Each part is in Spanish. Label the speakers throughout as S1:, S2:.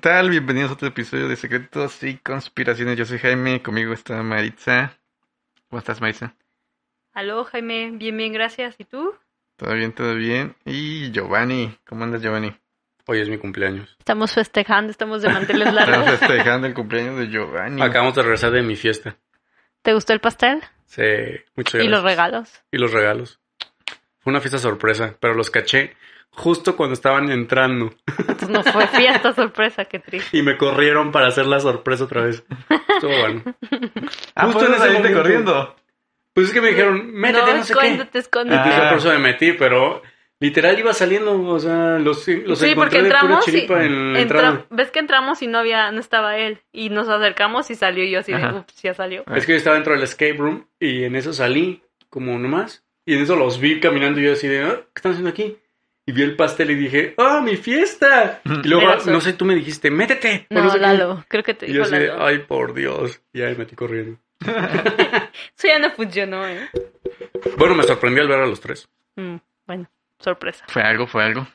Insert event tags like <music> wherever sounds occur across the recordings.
S1: tal? Bienvenidos a otro episodio de Secretos y Conspiraciones. Yo soy Jaime, conmigo está Maritza. ¿Cómo estás, Maritza?
S2: Aló, Jaime, bien, bien, gracias. ¿Y tú?
S1: Todo bien, todo bien. Y Giovanni, ¿cómo andas, <laughs> Giovanni?
S3: Hoy es mi cumpleaños.
S2: Estamos festejando, estamos de
S3: <laughs>
S2: manteles
S1: Estamos
S2: largos.
S1: festejando el cumpleaños de Giovanni.
S3: Acabamos de regresar de mi fiesta.
S2: ¿Te gustó el pastel?
S3: Sí, muchas gracias.
S2: Y los regalos.
S3: Y los regalos. Fue una fiesta sorpresa, pero los caché justo cuando estaban entrando
S2: Entonces no fue fiesta <laughs> sorpresa, qué triste.
S3: y me corrieron para hacer la sorpresa otra vez. Estuvo bueno.
S1: Ah,
S3: Justo
S1: pues
S3: en ese
S1: saliste
S3: momento.
S1: corriendo.
S3: Pues es que me dijeron, métete, no,
S2: no,
S3: sé
S2: escóndete, escóndete.
S3: qué. Y
S1: Ah.
S3: yo por eso me metí, pero literal iba saliendo, o sea, los, los
S2: Sí,
S3: encontré
S2: porque
S3: de pura
S2: entramos y-
S3: chiripa en la
S2: Entra-
S3: entrada.
S2: ¿Ves que entramos y no había, no estaba él? Y nos acercamos y salió y yo así de,
S1: Ajá.
S2: ups, ya salió.
S3: Es que yo estaba dentro del escape room y en eso salí, como nomás. Y en eso los vi caminando y yo así de, "Ah, ¿qué están haciendo aquí? Y vi el pastel y dije, ¡ah, mi fiesta! Y luego,
S2: Pedazo.
S3: no sé, tú me dijiste, métete. o
S2: No,
S3: sé qué.
S2: Lalo, creo que te
S3: Y
S2: dijo
S3: yo así de,
S2: Lalo.
S3: ¡ay, por Dios! Y ya me metí corriendo.
S2: Eso ya no funcionó, ¿eh?
S3: Bueno, me sorprendió al ver a los tres.
S2: Mm, bueno, sorpresa.
S1: Fue algo, fue algo.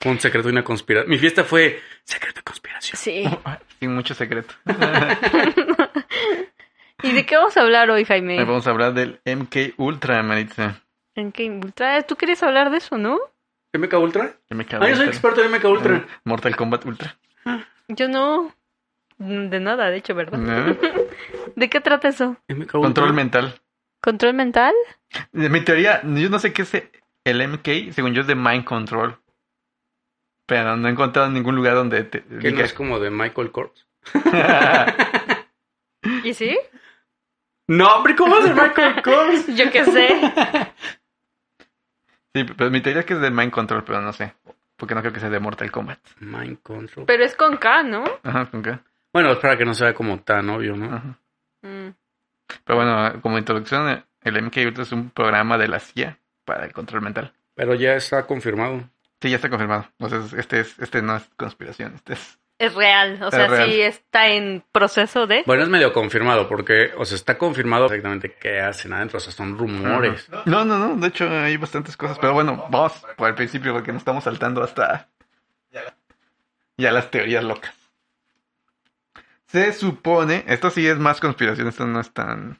S3: Fue un secreto y una conspiración. Mi fiesta fue secreto y conspiración.
S2: Sí.
S1: Sin mucho secreto.
S2: ¿Y de qué vamos a hablar hoy, Jaime?
S1: Vamos a hablar del MK Ultra, Maritza.
S2: ¿En qué Ultra? Tú querías hablar de eso, ¿no?
S3: ¿MK Ultra?
S1: MK
S3: Ah, yo soy experto en MK Ultra.
S1: Mortal Kombat Ultra.
S2: Yo no. Mm, De nada, de hecho, ¿verdad?
S1: ¿No?
S2: ¿De qué trata eso?
S3: MK Ultra.
S1: Control mental.
S2: ¿Control mental?
S1: Mi teoría, yo no sé qué es el MK, según yo es de Mind Control. Pero no he encontrado ningún lugar donde te
S3: Que
S1: <laughs>
S3: no
S1: diga-
S3: es como de Michael Kors.
S2: ¿Y sí?
S3: No, hombre, ¿cómo es de <laughs> Michael Kors?
S2: Yo qué sé. <laughs>
S1: Sí, pero mi teoría es que es de Mind Control, pero no sé. Porque no creo que sea de Mortal Kombat. <laughs>
S3: Mind Control.
S2: Pero es con K, ¿no?
S1: Ajá, ¿con qué?
S3: Bueno, espera que no sea como tan obvio, ¿no?
S1: Ajá.
S2: Mm.
S1: Pero bueno, como introducción, el MK Ultra es un programa de la CIA para el control mental.
S3: Pero ya está confirmado.
S1: Sí, ya está confirmado. Entonces, este es, este no es conspiración, este es
S2: Es real. O sea,
S1: real.
S2: sí está en proceso de.
S3: Bueno, es medio confirmado porque, o sea, está confirmado exactamente qué hacen adentro. O sea, son rumores.
S1: No, no, no, de hecho hay bastantes cosas, pero bueno, vamos por el principio porque nos estamos saltando hasta ya las teorías locas. Se supone, esto sí es más conspiración, esto no es tan,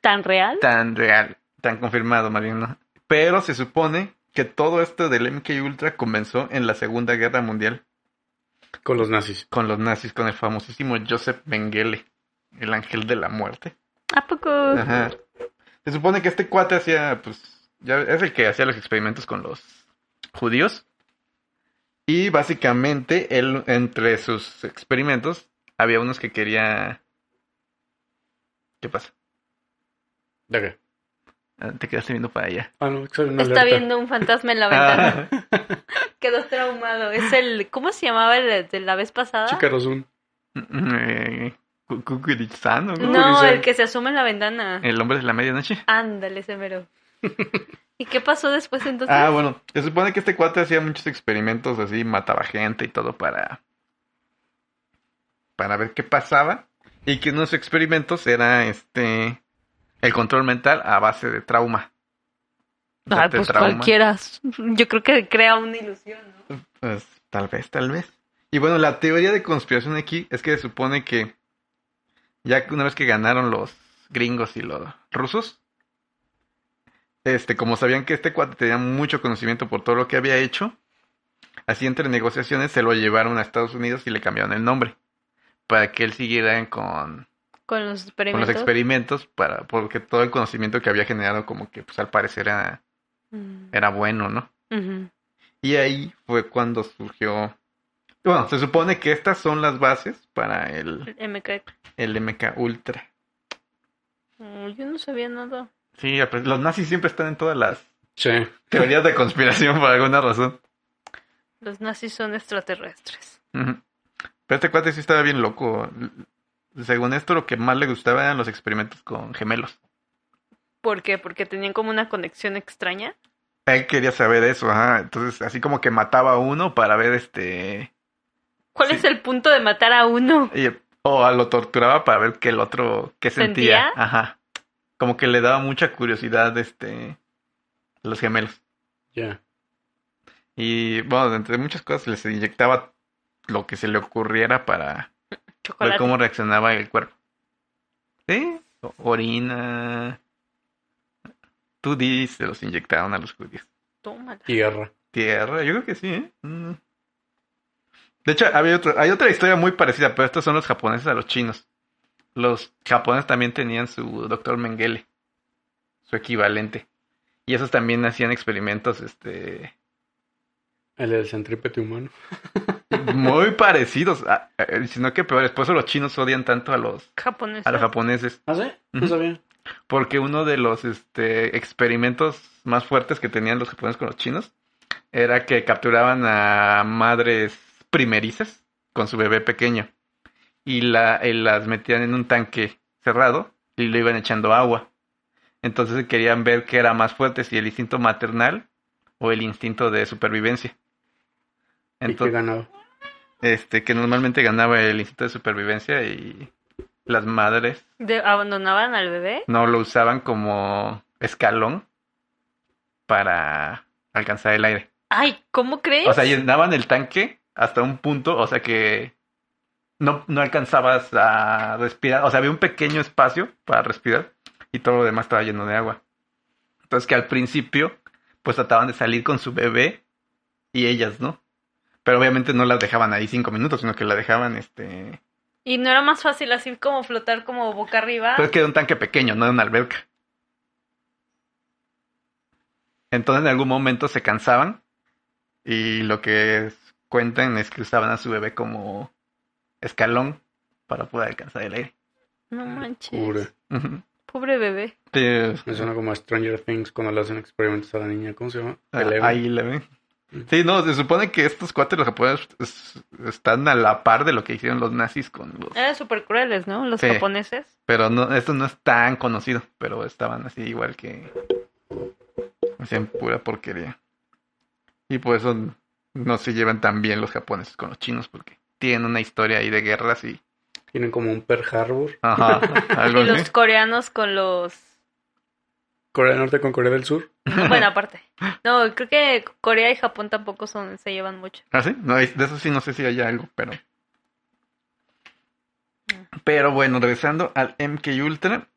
S2: ¿Tan real?
S1: tan real, tan confirmado más bien, ¿no? Pero se supone que todo esto del MK Ultra comenzó en la Segunda Guerra Mundial
S3: Con los nazis.
S1: con los nazis, con el famosísimo Joseph Mengele, el ángel de la muerte.
S2: ¿A poco?
S1: Ajá. Se supone que este cuate hacía, pues, ya es el que hacía los experimentos con los judíos. Y básicamente él, entre sus experimentos, había unos que quería... ¿Qué pasa?
S3: ¿De qué?
S1: Ah, Te quedaste viendo para allá.
S3: Ah, no, soy una
S2: Está
S3: alerta.
S2: viendo un fantasma en la ventana.
S1: Ah, <laughs>
S2: <laughs> Quedó traumado. Es el. ¿Cómo se llamaba el de la vez pasada?
S3: Chicarozón.
S1: eh, cu- Kukurich-san, ¿o cómo?
S2: no,
S3: Ulises.
S2: el que se asoma en la ventana.
S1: El hombre de la medianoche.
S2: Ándale,
S1: <laughs>
S2: ese mero. ¿Y qué pasó después entonces?
S1: Ah, bueno, se supone que este cuate hacía muchos experimentos así, mataba gente y todo para. para ver qué pasaba. Y que uno de sus experimentos era este. el control mental a base de trauma. O sea,
S2: Ay,
S1: te
S2: pues
S1: trauma.
S2: cualquiera. Yo creo que crea una ilusión, ¿no?
S1: Pues, tal vez, tal vez. Y bueno, la teoría de conspiración aquí es que se supone que. ya que una vez que ganaron los gringos y los rusos. Este, como sabían que este cuate tenía mucho conocimiento por todo lo que había hecho, así entre negociaciones se lo llevaron a Estados Unidos y le cambiaron el nombre. Para que él siguiera con,
S2: Con los
S1: con
S2: experimentos.
S1: los experimentos, para, porque todo el conocimiento que había generado, como que pues al parecer era,
S2: Mm.
S1: era bueno, ¿no?
S2: Ujú.
S1: Y ahí fue cuando surgió. Bueno, se supone que estas son las bases para el,
S2: MK.
S1: el MK Ultra.
S2: Mm, Yo no sabía nada.
S1: Sí, pues, los nazis siempre están en todas las
S3: Sí.
S1: teorías de conspiración por alguna razón.
S2: Los nazis son extraterrestres.
S1: Ujú. Pero este cuate sí estaba bien loco. L- Según esto, lo que más le gustaba eran los experimentos con gemelos.
S2: ¿Por qué? Porque tenían como una conexión extraña.
S1: Él quería saber eso, ajá. Entonces, así como que mataba a uno para ver este.
S2: ¿Cuál
S1: Sí.
S2: es el punto de matar a uno?
S1: Y- o lo torturaba para ver qué el otro qué sentía.
S2: ¿Sentía?
S1: Ajá. Como que le daba mucha curiosidad este los gemelos.
S3: Ya.
S1: Y bueno, entre muchas cosas les inyectaba lo que se le ocurriera para ver
S2: Chocolate.
S1: cómo reaccionaba el cuerpo. ¿Sí? o- Orina. Tú dices, se los inyectaron a los judíos.
S2: Tómala.
S3: Tierra.
S1: Tierra, yo creo que sí, ¿eh? Mm. De hecho, había otro- hay otra historia muy parecida, pero estos son los japoneses a los chinos. Los japoneses también tenían su doctor Mengele, su equivalente. Y esos también hacían experimentos, este,
S3: El del centrípete humano.
S1: muy <laughs> parecidos, a- a- sino que peores. Por eso los chinos odian tanto a los,
S2: Japonesa.
S1: a los japoneses,
S3: ¿Ah, sí?
S1: Ujú.
S3: No sabía.
S1: porque uno de los este, experimentos más fuertes que tenían los japoneses con los chinos era que capturaban a madres primerizas con su bebé pequeño y, la, y las metían en un tanque cerrado y le iban echando agua. Entonces querían ver qué era más fuerte, si el instinto maternal o el instinto de supervivencia.
S3: ¿Y qué ganaba?
S1: este, que normalmente ganaba el instinto de supervivencia y las madres
S2: De- abandonaban al bebé.
S1: no lo usaban como escalón para alcanzar el aire.
S2: Ay, ¿cómo crees?
S1: O sea, llenaban el tanque hasta un punto, o sea que no, no alcanzabas a respirar, o sea, había un pequeño espacio para respirar y todo lo demás estaba lleno de agua. Entonces que al principio, pues trataban de salir con su bebé y ellas, ¿no? Pero obviamente no las dejaban ahí cinco minutos, sino que la dejaban, este,
S2: Y no era más fácil así como flotar como boca arriba.
S1: Pero es que era un tanque pequeño, no era una alberca. Entonces en algún momento se cansaban y lo que es- cuentan es que usaban a su bebé como escalón para poder alcanzar el aire.
S2: No manches.
S3: Cura.
S1: Ujú.
S2: Pobre bebé.
S1: Sí,
S3: Me suena como a Stranger Things cuando le hacen experimentos a la niña. ¿Cómo se llama?
S1: ah,
S3: Eleven.
S1: ahí le ven.
S3: Ujú.
S1: Sí, no, se supone que estos cuates los japoneses es- están a la par de lo que hicieron los nazis con los...
S2: Eran súper crueles, ¿no? Los
S1: Sí.
S2: japoneses.
S1: Pero no, esto no es tan conocido, pero estaban así igual que... Hacían pura porquería. Y por eso no se llevan tan bien los japoneses con los chinos, porque tienen una historia ahí de guerras y...
S3: Tienen como un Pearl Harbor.
S2: <laughs>
S1: Ajá, algo
S2: Y
S1: así.
S2: los coreanos con los...
S1: <laughs>
S3: Corea del Norte con Corea del Sur.
S2: Bueno, aparte. No, creo que Corea y Japón tampoco son, se llevan mucho.
S1: ¿Ah, sí? No, es- de eso sí no sé si hay algo, pero... Pero bueno, regresando al MK Ultra,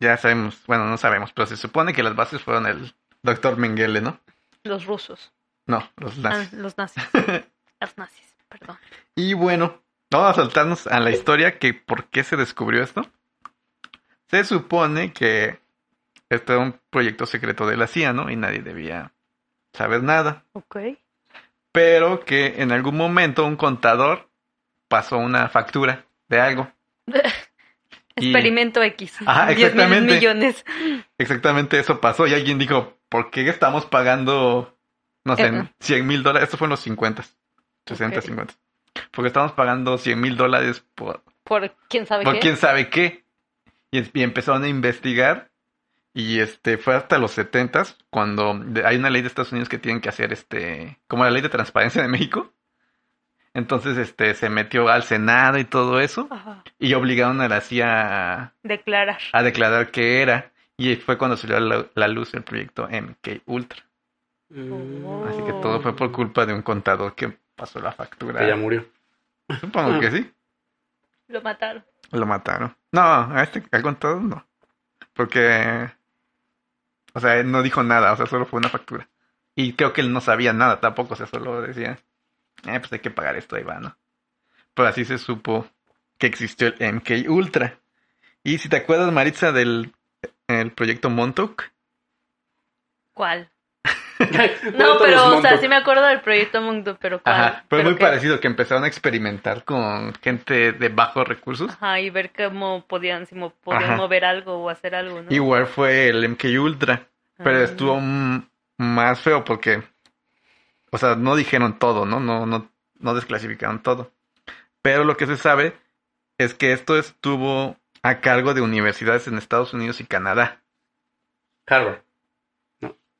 S1: ya sabemos, bueno, no sabemos, pero se supone que las bases fueron el doctor Mengele, ¿no?
S2: Los rusos.
S1: No, los
S2: Ah,
S1: nazis.
S2: los nazis.
S1: <laughs>
S2: Las nazis, perdón.
S1: Y bueno, vamos a saltarnos a la historia que por qué se descubrió esto. Se supone que esto era un proyecto secreto de la CIA, ¿no? Y nadie debía saber nada.
S2: Ok.
S1: Pero que en algún momento un contador pasó una factura de
S2: <laughs>
S1: algo. Y-
S2: Experimento X. <laughs>
S1: Ajá,
S2: 10 mil
S1: exactamente.
S2: millones.
S1: Exactamente eso pasó y alguien dijo, ¿por qué estamos pagando, no sé,
S2: Ajá.
S1: 100 mil dólares? Esto fue en los 50, 60,
S2: Ok.
S1: 50. Porque estamos pagando 100 mil dólares por
S2: Por quién sabe
S1: por
S2: qué.
S1: quién sabe qué. Y, es- y empezaron a investigar. Y este fue hasta los 70 cuando de- hay una ley de Estados Unidos que tienen que hacer este como la ley de transparencia de México. Entonces este se metió al Senado y todo eso
S2: Ajá.
S1: y obligaron a la CIA a,
S2: Declarar.
S1: a declarar qué era y fue cuando salió a la, la luz el proyecto MK Ultra.
S2: Oh.
S1: Así que todo fue por culpa de un contador que pasó la
S3: Que ya
S1: factura.
S3: murió.
S1: Supongo que sí.
S2: Lo mataron.
S1: Lo mataron. No, a este, al contador no. Porque. O sea, él no dijo nada, o sea, solo fue una factura. Y creo que él no sabía nada tampoco, o sea, solo decía. Eh, pues hay que pagar esto, ahí va, ¿no? Pero así se supo que existió el MK Ultra. Y si te acuerdas, Maritza, del el proyecto Montauk.
S2: ¿Cuál?
S3: Todos
S2: No, pero,
S3: los
S2: o sea,
S3: Montauk.
S2: sí me acuerdo del proyecto Mundo, pero ¿cuál?
S1: Ajá, fue
S2: ¿Pero
S1: muy
S2: qué?
S1: parecido que empezaron a experimentar con gente de bajos recursos.
S2: Ajá, y ver cómo podían, si mo- podían
S1: Ajá.
S2: mover algo o hacer algo, ¿no?
S1: Igual fue el MK Ultra. Pero
S2: Ah.
S1: estuvo m- más feo porque, o sea, no dijeron todo, ¿no? No, no, no desclasificaron todo. Pero lo que se sabe es que esto estuvo a cargo de universidades en Estados Unidos y Canadá.
S3: Harvard.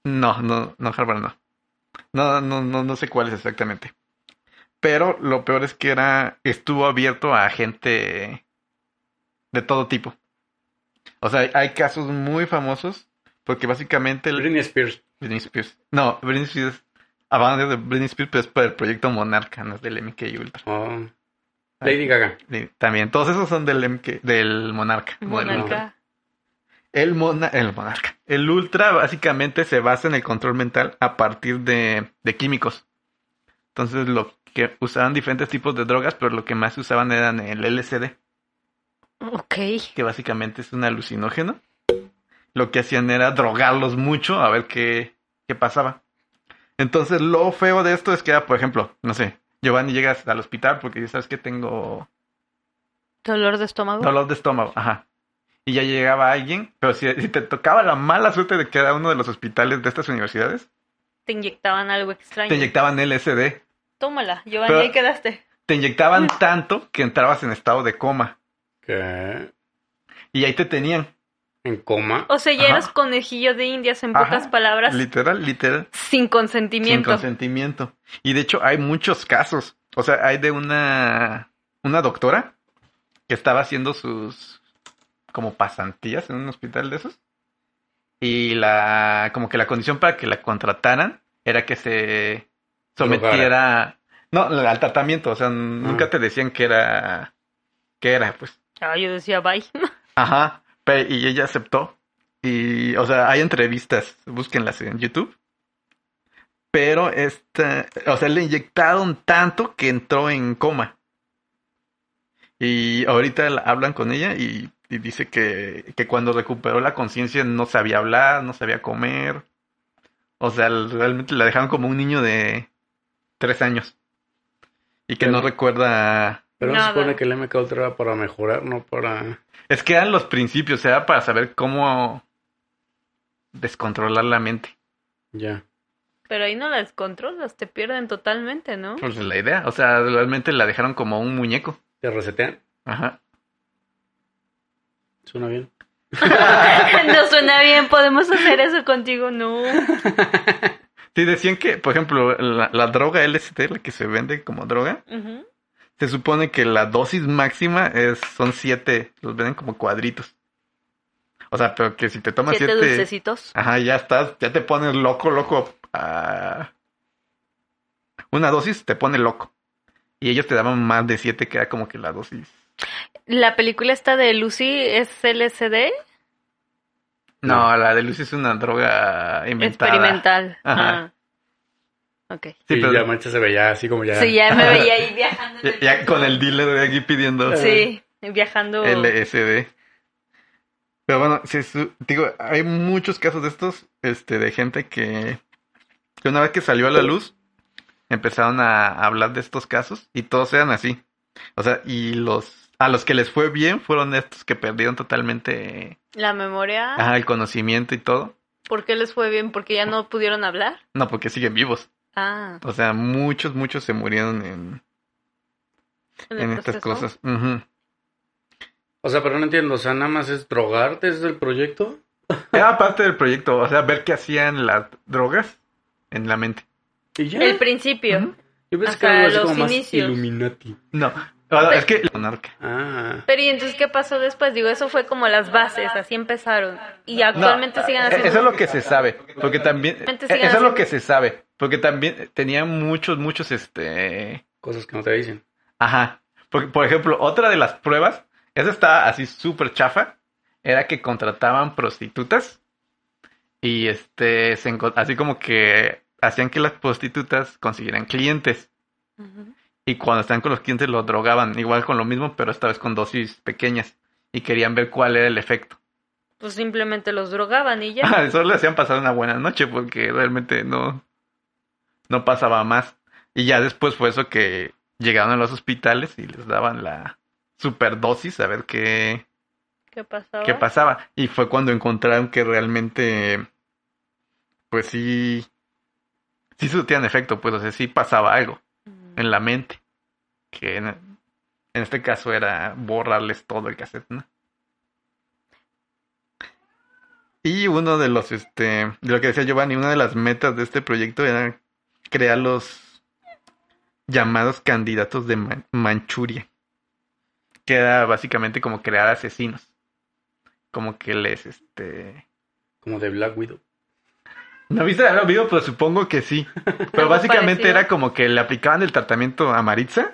S1: No, no, no, Harvard no. No, no, no, no sé cuáles exactamente. Pero lo peor es que era, estuvo abierto a gente de todo tipo. O sea, hay- hay casos muy famosos porque básicamente el-
S3: Britney Spears.
S1: Britney Spears. No, Britney Spears Abandones de Britney Spears, pero es para el proyecto Monarca, no es del MK Ultra.
S3: Oh. Lady Gaga.
S1: Y También, todos esos son del MK, del Monarca. o del Ultra.
S2: Monarca.
S1: El, mona- el Monarca. El Ultra básicamente se basa en el control mental a partir de, de químicos. Entonces, lo que usaban diferentes tipos de drogas, pero lo que más usaban eran el LSD.
S2: Ok.
S1: que básicamente es un alucinógeno. Lo que hacían era drogarlos mucho a ver qué, qué pasaba. Entonces, lo feo de esto es que era, por ejemplo, no sé, Giovanni llegas al hospital porque ya sabes que tengo
S2: Dolor de estómago.
S1: dolor de estómago, ajá. Y ya llegaba alguien, pero si, si te tocaba la mala suerte de que era uno de los hospitales de estas universidades,
S2: Te inyectaban algo extraño.
S1: te inyectaban LSD.
S2: Tómala, Giovanni,
S1: Pero-
S2: ahí quedaste.
S1: Te inyectaban tanto que entrabas en estado de coma.
S3: ¿Qué?
S1: Y ahí te tenían,
S3: En coma.
S2: O sea, ya
S1: Ajá.
S2: eras conejillo de indias, en
S1: Ajá.
S2: pocas palabras,
S1: literal, literal.
S2: sin consentimiento.
S1: Sin consentimiento. Y de hecho hay muchos casos. O sea, hay de una, una doctora que estaba haciendo sus como pasantías en un hospital de esos. Y la, como que la condición para que la contrataran era que se sometiera, no, al tratamiento. O sea, nunca te decían que era, que era, pues.
S2: Ah, yo decía, bye. <laughs>
S1: Ajá, pe- y ella aceptó. Y, o sea, hay entrevistas, búsquenlas en YouTube. Pero esta, o sea, le inyectaron tanto que entró en coma. Y ahorita la- hablan con ella y, y dice que, que cuando recuperó la conciencia no sabía hablar, no sabía comer. O sea, l- realmente la dejaron como un niño de tres años. Y que no
S3: Pero-
S1: recuerda
S3: Pero
S2: Nada.
S3: se supone que el MK Ultra era para mejorar, no para.
S1: Es que eran los principios, era para saber cómo descontrolar la mente.
S3: Ya.
S2: Pero ahí no las descontrolas, te pierden totalmente, ¿no?
S1: Pues es la idea, o sea, realmente la dejaron como un muñeco.
S3: ¿Te resetean?
S1: Ajá.
S3: Suena bien.
S2: <laughs> no suena bien, podemos hacer eso contigo, no.
S1: Sí, decían que, por ejemplo, la, la droga LSD, la que se vende como droga,
S2: Ujú.
S1: se supone que la dosis máxima es, son siete, los venden como cuadritos. O sea, pero que si te tomas
S2: Siete
S1: siete,
S2: dulcecitos.
S1: ajá, ya estás, ya te pones loco, loco. ah. Una dosis te pone loco. Y ellos te daban más de siete, que era como que la dosis.
S2: La película esta de Lucy es LSD
S1: No, la de Lucy es una droga inventada.
S2: experimental.
S1: Ajá.
S2: Ah. Ok.
S1: Sí,
S3: y
S1: pero
S3: ya Mancha se veía así como ya.
S2: Sí, ya me veía ahí viajando.
S1: <laughs>
S2: en
S1: ya, ya con el eh, dealer de aquí pidiendo <laughs>
S2: Sí, viajando.
S1: LSD. Pero bueno, si su- digo, hay muchos casos de estos, este, de gente que, que una vez que salió a la luz, empezaron a hablar de estos casos y todos eran así. O sea, y los a los que les fue bien fueron estos que perdieron totalmente
S2: La memoria.
S1: ajá, el conocimiento y todo.
S2: ¿Por qué les fue bien? ¿Porque ya no pudieron hablar?
S1: No, porque siguen vivos.
S2: Ah,
S1: O sea, muchos, muchos se murieron en,
S2: en el
S1: en estas cosas.
S2: proceso.
S1: Ujú.
S3: O sea, pero no entiendo. O sea, nada más es drogarte, ese es el proyecto.
S1: Era parte del proyecto, o sea, ver qué hacían las drogas en la mente.
S3: Y ya.
S2: El principio.
S1: Ujú.
S3: Yo pensé que
S2: Ajá,
S3: era algo así
S2: los
S3: como más
S2: inicios.
S3: Illuminati.
S1: No, ahora, es que monarca.
S3: Ah.
S2: Pero ¿y entonces qué pasó después? Digo, eso fue como las bases, así empezaron. Y
S1: No, ah, eh,
S2: actualmente siguen haciendo...
S1: Eso es lo que se sabe, porque también eh,
S2: Realmente sigan
S1: eso es lo
S2: haciendo-
S1: que se sabe, porque también tenía muchos muchos este,
S3: Cosas que no te dicen.
S1: ajá. Porque por ejemplo, otra de las pruebas, esa estaba así súper chafa, era que contrataban prostitutas y este se enco- así como que hacían que las prostitutas consiguieran clientes.
S2: Ujú.
S1: Y cuando estaban con los clientes los drogaban, igual con lo mismo, pero esta vez con dosis pequeñas. Y querían ver cuál era el efecto.
S2: Pues simplemente los drogaban y ya.
S1: <laughs> Ah, Solo le hacían pasar una buena noche porque realmente no, no pasaba más. Y ya después fue eso que llegaron a los hospitales y les daban la superdosis a ver qué,
S2: ¿Qué pasaba?
S1: qué pasaba. Y fue cuando encontraron que realmente, pues sí, sí surtían efecto, pues o sea, sí pasaba algo
S2: Mm.
S1: en la mente. Que en, en este caso era borrarles todo el cassette, ¿no? Y uno de los, este, de lo que decía Giovanni, una de las metas de este proyecto era crear los llamados candidatos de Man- Manchuria. Que era básicamente como crear asesinos. Como que les, este,
S3: Como de Black Widow.
S1: No viste el vivo, pero supongo que
S2: <laughs>
S1: sí. Pero
S2: Algo
S1: básicamente
S2: parecido.
S1: era como que le aplicaban el tratamiento a Maritza.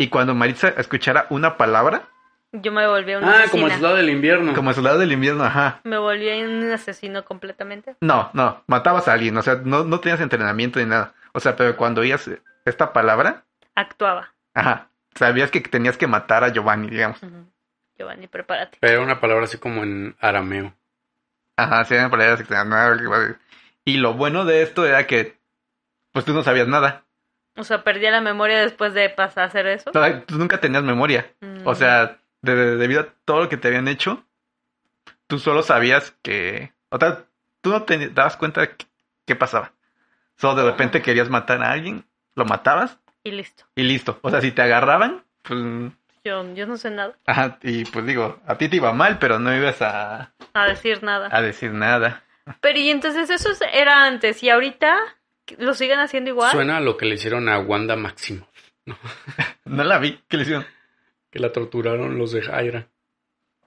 S1: Y cuando Maritza escuchara una palabra,
S2: Yo me volví una
S3: Ah, como
S2: asesina.
S3: soldado del invierno.
S1: como soldado del invierno, ajá.
S2: Me volví un asesino completamente.
S1: No, no, matabas a alguien, o sea, no, no tenías entrenamiento ni nada. O sea, pero cuando oías esta palabra,
S2: Actuaba.
S1: ajá, sabías que tenías que matar a Giovanni, digamos.
S2: Ujú. Giovanni, prepárate.
S3: Pero era una palabra así como en arameo.
S1: Ajá, sí, eran palabras que- Y lo bueno de esto era que, pues tú no sabías nada.
S2: O sea, perdí la memoria después de pasar a hacer eso.
S1: Toda- Tú nunca tenías memoria. O
S2: Mm.
S1: sea, de- de- debido a todo lo que te habían hecho, tú solo sabías que... O sea, tú no te dabas cuenta de qué- qué pasaba. Solo de repente querías matar a alguien, lo matabas
S2: Y listo.
S1: y listo. O sea, si te agarraban, pues...
S2: Yo, yo no sé nada.
S1: Ajá, y pues digo, a ti te iba mal, pero no ibas a,
S2: A decir nada.
S1: a decir nada.
S2: Pero y entonces eso es- era antes. Y ahorita lo siguen haciendo igual.
S3: Suena a lo que le hicieron a Wanda Máximo.
S1: No la vi, ¿qué le hicieron?
S3: Que la torturaron los de Jaira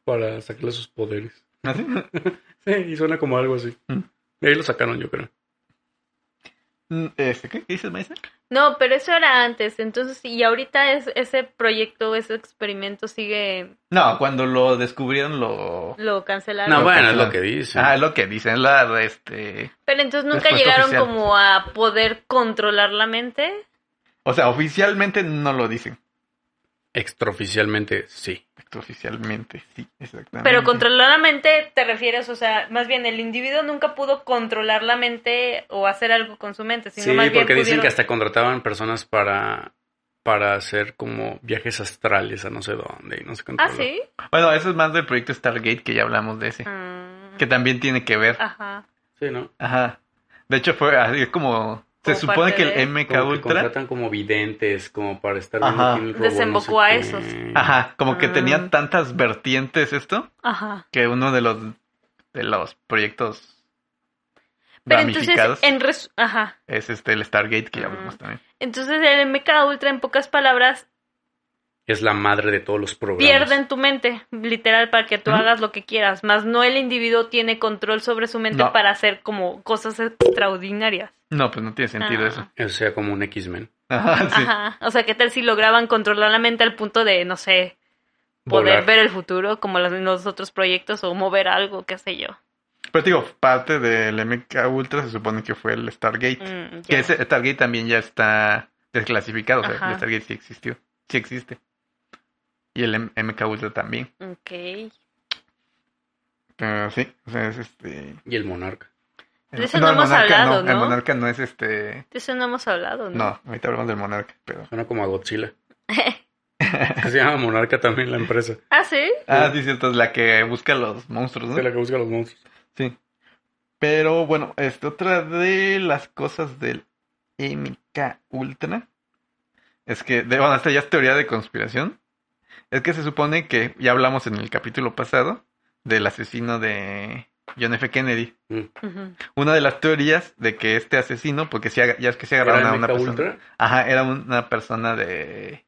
S3: para sacarle sus poderes.
S1: ¿Así?
S3: ¿Ah, <laughs> Sí, y suena como algo así.
S1: Mm.
S3: De ahí lo sacaron, yo creo.
S1: Mm, este, ¿Qué ¿Qué dices, maestra?
S2: No, pero eso era antes. Entonces, y ahorita es, ese proyecto, ese experimento sigue,
S1: No, cuando lo descubrieron lo...
S2: lo cancelaron.
S3: No,
S1: lo
S3: bueno, es
S1: cancelaron.
S3: lo que dice.
S1: Ah, es lo que dicen la... este...
S2: Pero entonces nunca
S1: Respuesta
S2: llegaron
S1: oficial.
S2: como a poder controlar la mente.
S1: O sea, oficialmente no lo dicen.
S3: Extraoficialmente, sí.
S1: Oficialmente, sí, exactamente.
S3: Ah.
S2: Pero controlar la mente te refieres, o sea, más bien el individuo nunca pudo controlar la mente o hacer algo con su mente, sino
S3: Sí,
S2: más
S3: porque
S2: bien
S3: dicen
S2: pudieron-
S3: que hasta contrataban personas para, para hacer como viajes astrales a no sé dónde y no sé cuánto.
S2: Ah, sí.
S1: Bueno, eso es más del proyecto Stargate que ya hablamos de ese.
S2: Mm,
S1: Que también tiene que ver.
S2: Ajá.
S3: Sí, ¿no?
S1: Ajá. De hecho, fue así es como. Se
S2: Como
S1: supone
S2: parte
S1: que
S2: de-
S1: el MK
S3: Como que
S1: Ultra.
S3: contratan como videntes, como para estar
S1: Ajá.
S3: viendo quién robó no sé
S2: Desembocó a
S3: qué.
S2: esos.
S1: Ajá. Como que
S2: Ah.
S1: tenía tantas vertientes esto.
S2: Ajá.
S1: Que uno de los. De los proyectos.
S2: Pero entonces,
S1: ramificados
S2: en res- ajá.
S1: es este el Stargate que ya hablamos
S2: Ah.
S1: también.
S2: Entonces el MK Ultra, en pocas palabras,
S3: Es la madre de todos los programas.
S2: pierden tu mente, literal, para que tú
S1: Ujú.
S2: hagas lo que quieras. Más no el individuo tiene control sobre su mente
S1: No.
S2: para hacer como cosas extraordinarias.
S1: No, pues no tiene sentido
S2: Ah.
S1: eso. <laughs>
S3: O sea, como un X-Men.
S1: Ajá, sí.
S2: Ajá. O sea, ¿qué tal si lograban controlar la mente al punto de, no sé, poder
S3: Volar.
S2: ver el futuro como los, los otros proyectos o mover algo, qué sé yo?
S1: Pero te digo, parte del MK Ultra se supone que fue el Stargate.
S2: Mm, ya.
S1: Que ese Stargate también ya está desclasificado. O sea,
S2: Ajá.
S1: el Stargate sí existió. Sí existe. Y el M- MK Ultra también.
S2: Ok.
S1: Pero Ah, sí, o sea, es este.
S3: Y el monarca.
S2: Pues De eso no hemos hablado,
S1: El
S2: ¿no?
S1: monarca no es este.
S2: De eso no hemos hablado, ¿no?
S1: No, ahorita hablamos del monarca, pero.
S3: Suena como a Godzilla. Que <laughs> se llama monarca también la empresa.
S2: <laughs> ah, sí.
S1: Ah, sí, cierto, es la que busca los monstruos,
S3: Es la
S1: ¿no?
S3: que busca los monstruos.
S1: Sí. Pero bueno, este, otra de las cosas del MK Ultra es que, de, bueno, esta ya es teoría de conspiración. Es que se supone que, ya hablamos en el capítulo pasado, del asesino de John F. Kennedy.
S2: Ujú.
S1: Una de las teorías de que este asesino, porque sí aga- ya es que se agarraron
S3: Era
S1: a
S3: el
S1: una
S3: Mecha
S1: persona.
S3: Ultra.
S1: Ajá, era una persona de,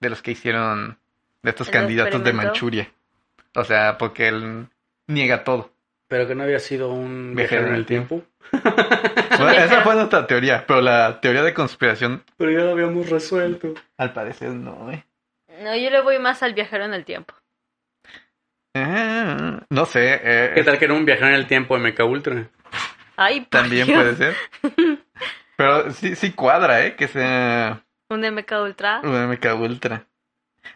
S1: de los que hicieron, de estos
S2: ¿El
S1: candidatos de
S2: experimento?
S1: Manchuria. O sea, porque él niega todo.
S3: Pero que no había sido un viajero en el tiempo.
S1: Bueno,
S2: Viajero.
S1: esa fue nuestra teoría, pero la teoría de conspiración,
S3: Pero ya lo habíamos resuelto.
S1: al parecer, no, ¿eh?
S2: No, yo le voy más al viajero en el tiempo.
S1: Ah, no sé, eh,
S3: ¿Qué tal que era un viajero en el tiempo de Mecha Ultra?
S2: Ay, por
S1: también
S2: Dios.
S1: puede ser. Pero sí, sí cuadra, ¿eh? Que sea
S2: Un MK Ultra.
S1: un MK Ultra.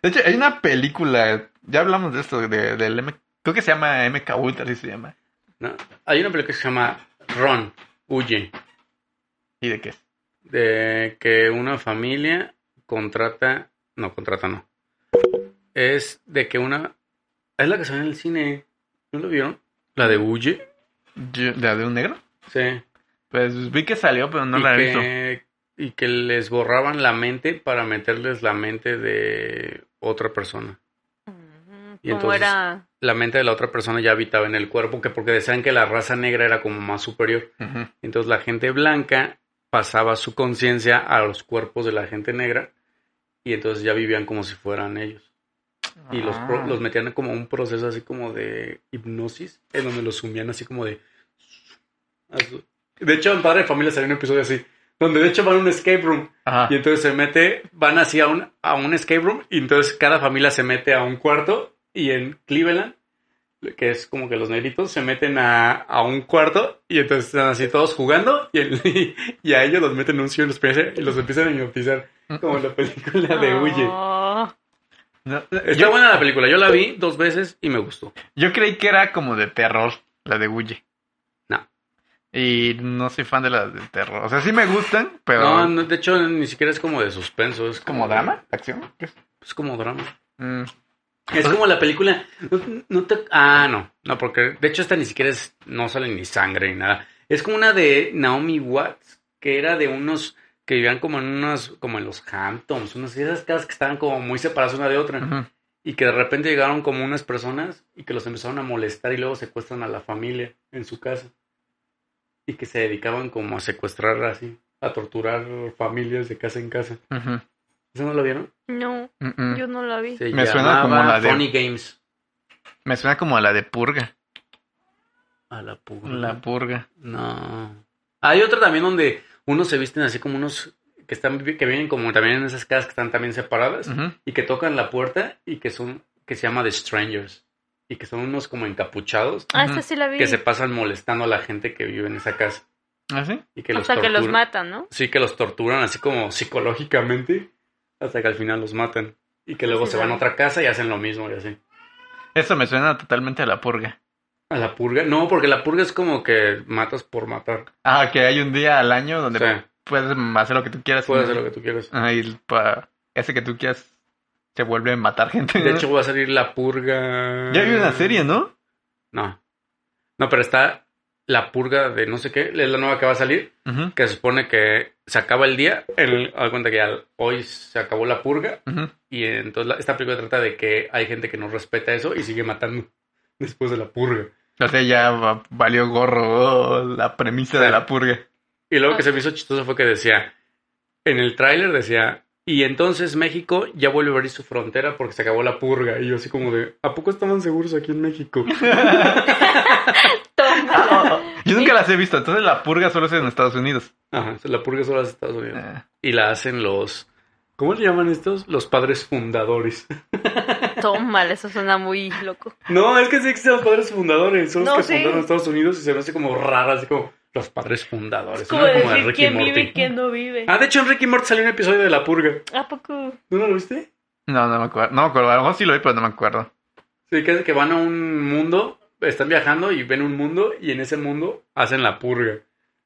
S1: De hecho, hay una película, ya hablamos de esto, de, del MK, creo que se llama MK Ultra, así se llama.
S3: ¿No? Hay una película que se llama Ron, huye.
S1: ¿Y de qué es?
S3: de que una familia contrata, no, contrata no. Es de que una es la que sale en el cine, ¿no lo vieron? La de Huye,
S1: Yo- ¿La de un negro?
S3: sí.
S1: Pues vi que salió, pero no
S3: y
S1: la he visto.
S3: que, y que les borraban la mente para meterles la mente de otra persona.
S2: Mm,
S3: Y
S2: ¿Cómo
S3: entonces-
S2: era?
S1: <laughs>
S3: La mente de la otra persona ya habitaba en el cuerpo, que porque decían que la raza negra era como más superior.
S1: Ujú.
S3: Entonces la gente blanca pasaba su conciencia a los cuerpos de la gente negra y entonces ya vivían como si fueran ellos. Y los, pro-
S1: Ah.
S3: los metían como un proceso así como de hipnosis, en donde los sumían así como de... a su- De hecho, en Padre de Familia salió un episodio así, donde de hecho van a un escape room.
S1: Ajá.
S3: Y entonces se mete, van así a un, a un escape room y entonces cada familia se mete a un cuarto y en Cleveland, que es como que los negritos, se meten a, a un cuarto y entonces están así todos jugando y, el- <laughs> y a ellos los meten en un sillón y los, empiezan- y los empiezan a hipnotizar, como en la película
S1: Ah.
S3: de Huye.
S2: No.
S1: No,
S3: Está
S1: yo,
S3: buena la película, yo la vi dos veces y me gustó.
S1: yo creí que era como de terror, la de Huye.
S3: No.
S1: Y no soy fan de las de terror. O sea, sí me gustan, pero.
S3: No, no, de hecho ni siquiera es como de suspenso, es
S1: ¿Como drama? ¿Acción? ¿Qué es?
S3: Es como drama.
S1: Mm,
S3: Es como la película. No, no te- ah, no. No, porque de hecho esta ni siquiera es. No sale ni sangre ni nada. Es como una de Naomi Watts, que era de unos que vivían como en unos, como en los Hamptons, unas de esas casas que estaban como muy separadas una de otra.
S1: ujú.
S3: Y que de repente llegaron como unas personas y que los empezaron a molestar y luego secuestran a la familia en su casa. Y que se dedicaban como a secuestrar así, a torturar familias de casa en casa.
S1: Ujú,
S3: ¿Eso no lo vieron?
S2: No,
S1: mm, mm.
S2: yo no la vi.
S3: Se
S1: Me suena como
S3: llamaba
S1: la de-
S3: Funny Games.
S1: Me suena como a la de Purga.
S3: A la pura.
S1: La Purga.
S3: No. Hay otra también donde unos se visten así como unos que están que vienen como también en esas casas que están también separadas
S1: Ujú.
S3: y que tocan la puerta y que son que se llama The Strangers y que son unos como encapuchados
S2: Ah,
S1: Ujú.
S2: esta sí la vi.
S3: que se pasan molestando a la gente que vive en esa casa
S1: ¿Ah, sí?
S3: y que
S2: o
S3: los
S2: sea, que los
S3: torturan.
S2: matan, ¿no?
S3: Sí, que los torturan así como psicológicamente hasta que al final los matan y que luego
S2: Sí,
S3: se van a
S2: sí.
S3: otra casa y hacen lo mismo y así.
S1: Eso me suena totalmente a la Purga.
S3: A la purga, no, porque la purga es como que matas por matar.
S1: Ah, que hay un día al año
S3: O
S1: donde
S3: sea,
S1: puedes hacer lo que tú quieras.
S3: puedes hacer lo que tú quieras.
S1: Ajá, y el pa- ese que tú quieras se vuelve a matar gente. <laughs>
S3: De hecho, mm. va a salir La Purga.
S1: ya vi una serie, ¿no?
S3: No. No, pero está La Purga de no sé qué. Es la nueva que va a salir.
S1: Ujú,
S3: Que se supone que se acaba el día. El, haz cuenta que ya hoy se acabó La Purga.
S1: ujú.
S3: Y entonces la- esta película trata de que hay gente que no respeta eso y sigue matando <laughs> después de La Purga.
S1: O sea, ya va- valió gorro oh, la premisa de la
S3: <laughs>
S1: purga.
S3: Y luego que se me hizo chistoso fue que decía. En el tráiler decía. Y entonces México ya vuelve a abrir su frontera porque se acabó la purga. Y yo así como de, ¿a poco estaban seguros aquí
S1: <laughs>
S3: en México?
S2: <laughs> Toma.
S1: Yo nunca las he visto, entonces la purga solo es en Estados Unidos.
S3: Ajá, la purga solo hace Estados Unidos.
S1: Eh,
S3: y la hacen los. ¿Cómo le llaman estos? Los padres fundadores. <laughs>
S2: Tómale, eso suena muy loco.
S3: No, es que sí existen los padres fundadores. Son los
S2: No,
S3: que
S2: sí.
S3: fundaron Estados Unidos y se me hace como raro, así como los padres fundadores.
S2: Es como
S3: ¿no? de
S2: decir
S3: Rick y
S2: quién
S3: Morty.
S2: vive y quién no vive.
S3: Ah, de hecho, en Ricky Morty salió un episodio de La Purga.
S2: ¿A poco?
S3: ¿No lo viste?
S1: No, no me acuerdo. No me acuerdo. A lo mejor sí lo vi, pero no me acuerdo.
S3: Sí, que, que van a un mundo, están viajando y ven un mundo y en ese mundo hacen La Purga.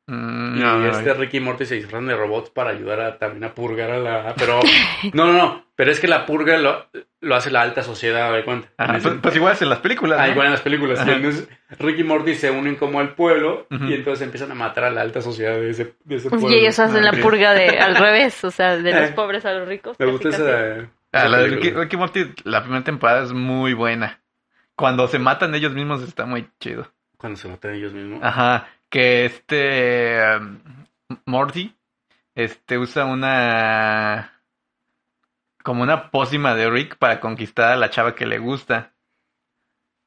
S1: Mm,
S3: Y
S1: no, no, no.
S3: este Ricky y Morty se disfrazan de robots para ayudar a, también a purgar a la... Pero... <laughs> No, no, no. Pero es que la purga lo, lo hace la alta sociedad, de cuenta.
S1: Ajá,
S3: En ese-
S1: pues, pues igual es en las películas.
S3: Ah,
S1: ¿no?
S3: igual en las películas.
S1: Ajá.
S3: Entonces, Rick y Morty se unen como al pueblo
S1: Ujú.
S3: y entonces empiezan a matar a la alta sociedad de ese, de ese pueblo.
S2: Y ellos hacen la
S1: ok.
S2: purga de al revés, o sea, de los
S3: Ah, Eh.
S2: pobres a los ricos.
S3: Me
S2: casi,
S3: gusta
S2: casi.
S3: esa.
S1: Ah,
S3: esa
S1: la de Ricky,
S3: película.
S1: Ricky Morty, la primera temporada es muy buena. Cuando se matan ellos mismos está muy chido.
S3: Cuando se matan ellos mismos.
S1: Ajá, que este um, Morty este usa una como una pócima de Rick para conquistar a la chava que le gusta.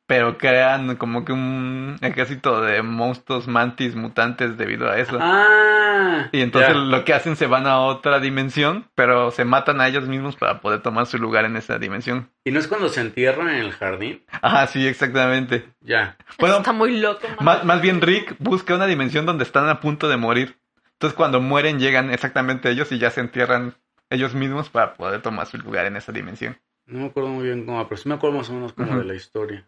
S1: Pero crean como que un ejército de monstruos mantis mutantes debido a eso.
S3: Ah.
S1: Y entonces
S3: ya.
S1: lo que hacen se van a otra dimensión, pero se matan a ellos mismos para poder tomar su lugar en esa dimensión.
S3: Y no es cuando se entierran en el jardín.
S1: Ajá, sí, exactamente.
S3: Ya.
S1: Bueno,
S2: Está muy loco.
S1: Más,
S2: man.
S1: más bien Rick busca una dimensión donde están a punto de morir. Entonces cuando mueren llegan exactamente ellos y ya se entierran ellos mismos para poder tomar su lugar en esa dimensión.
S3: No me acuerdo muy bien cómo, pero sí me acuerdo más o menos como
S1: Ujú.
S3: de la historia.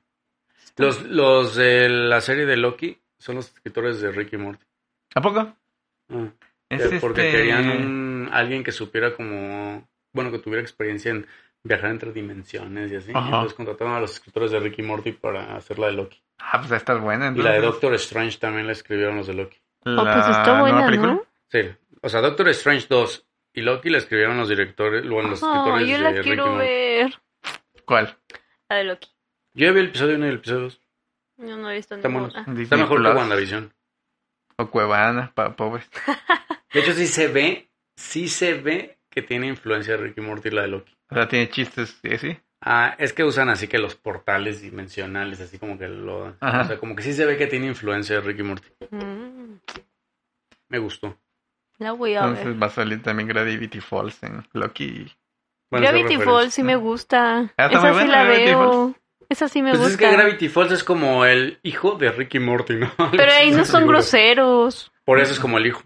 S3: Los, los de la serie de Loki son los escritores de Rick y Morty.
S1: ¿A poco?
S3: Ah.
S1: Es
S3: Eh, Porque
S1: este-
S3: querían un, alguien que supiera como, bueno, que tuviera experiencia en viajar entre dimensiones y así.
S1: Ajá.
S3: Entonces contrataron a los escritores de Ricky Morty para hacer la de Loki.
S1: Ah, pues esta es buena.
S3: Y la de
S1: entonces.
S3: Doctor Strange también la escribieron los de Loki.
S2: Oh, pues
S1: La
S2: está
S1: nueva
S2: buena,
S1: película.
S2: ¿no?
S3: Sí, o sea, Doctor Strange 2 y Loki la escribieron los directores, bueno, los
S2: Oh,
S3: escritores
S2: yo
S3: de
S2: la
S3: Rick y
S2: quiero
S3: Morty.
S2: ver.
S1: ¿Cuál?
S2: La de Loki.
S3: Yo ya vi el episodio 1 y el episodio 2.
S2: Yo no he visto
S3: Está
S2: ninguna.
S3: buenos.
S1: Disney
S3: Está mejor que
S1: Plus
S3: WandaVision.
S1: O Cuevana, para pobres.
S3: De hecho, sí se ve, sí se ve que tiene influencia de Ricky Morty la de Loki.
S1: O sea, tiene chistes, eh, ¿sí? sí.
S3: Ah, es que usan así que los portales dimensionales, así como que lo...
S1: Ajá.
S3: O sea, como que sí se ve que tiene influencia de Ricky Morty.
S2: Mm,
S3: Me gustó.
S2: la voy a ver.
S1: Entonces va a salir también Gravity Falls en Loki.
S3: Buenas
S2: Gravity
S3: referencias.
S2: Falls sí me gusta.
S1: Ah, está
S2: Esa
S1: muy
S2: sí
S1: buena
S2: la
S1: Gravity
S2: veo. Esa sí me
S3: Pues
S2: gusta.
S3: es que Gravity Falls es como el hijo de Ricky Morty, ¿no?
S2: Pero ahí no son
S3: Seguro.
S2: groseros.
S3: Por eso es como el hijo.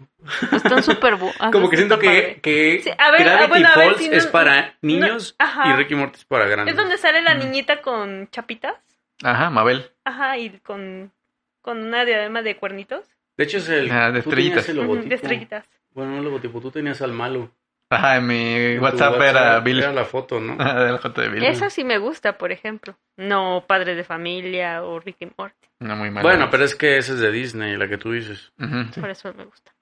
S2: Están súper bu- ah,
S3: Como que
S2: está
S3: siento que,
S2: padre.
S3: que
S2: Sí, a ver, ah,
S3: Gravity
S2: bueno, a ver
S3: Falls
S2: si no-
S3: es para niños
S2: ajá.
S3: y Ricky Morty es para grandes.
S2: Es donde sale la
S1: Mm.
S2: niñita con chapitas.
S1: Ajá, Mabel.
S2: Ajá, y con, con una diadema de cuernitos.
S3: De hecho es el...
S1: Ah, de
S3: tú tenías
S1: estrellitas.
S3: el
S2: Ujú,
S3: logotipo.
S2: de estrellitas.
S3: Bueno, no el logotipo, tú tenías al malo.
S1: Ajá, en mi
S3: En tu
S1: WhatsApp, era Bill. <laughs>
S3: Era la foto, ¿no?
S1: Ajá, Del Joto de Bill.
S2: Esa sí me gusta, por ejemplo. No Padre de Familia o Ricky Morty.
S1: No, muy mal.
S3: Bueno, pero es que esa es de Disney, la que tú dices.
S1: Ujú, sí.
S2: Por eso me
S3: <laughs>
S2: gusta.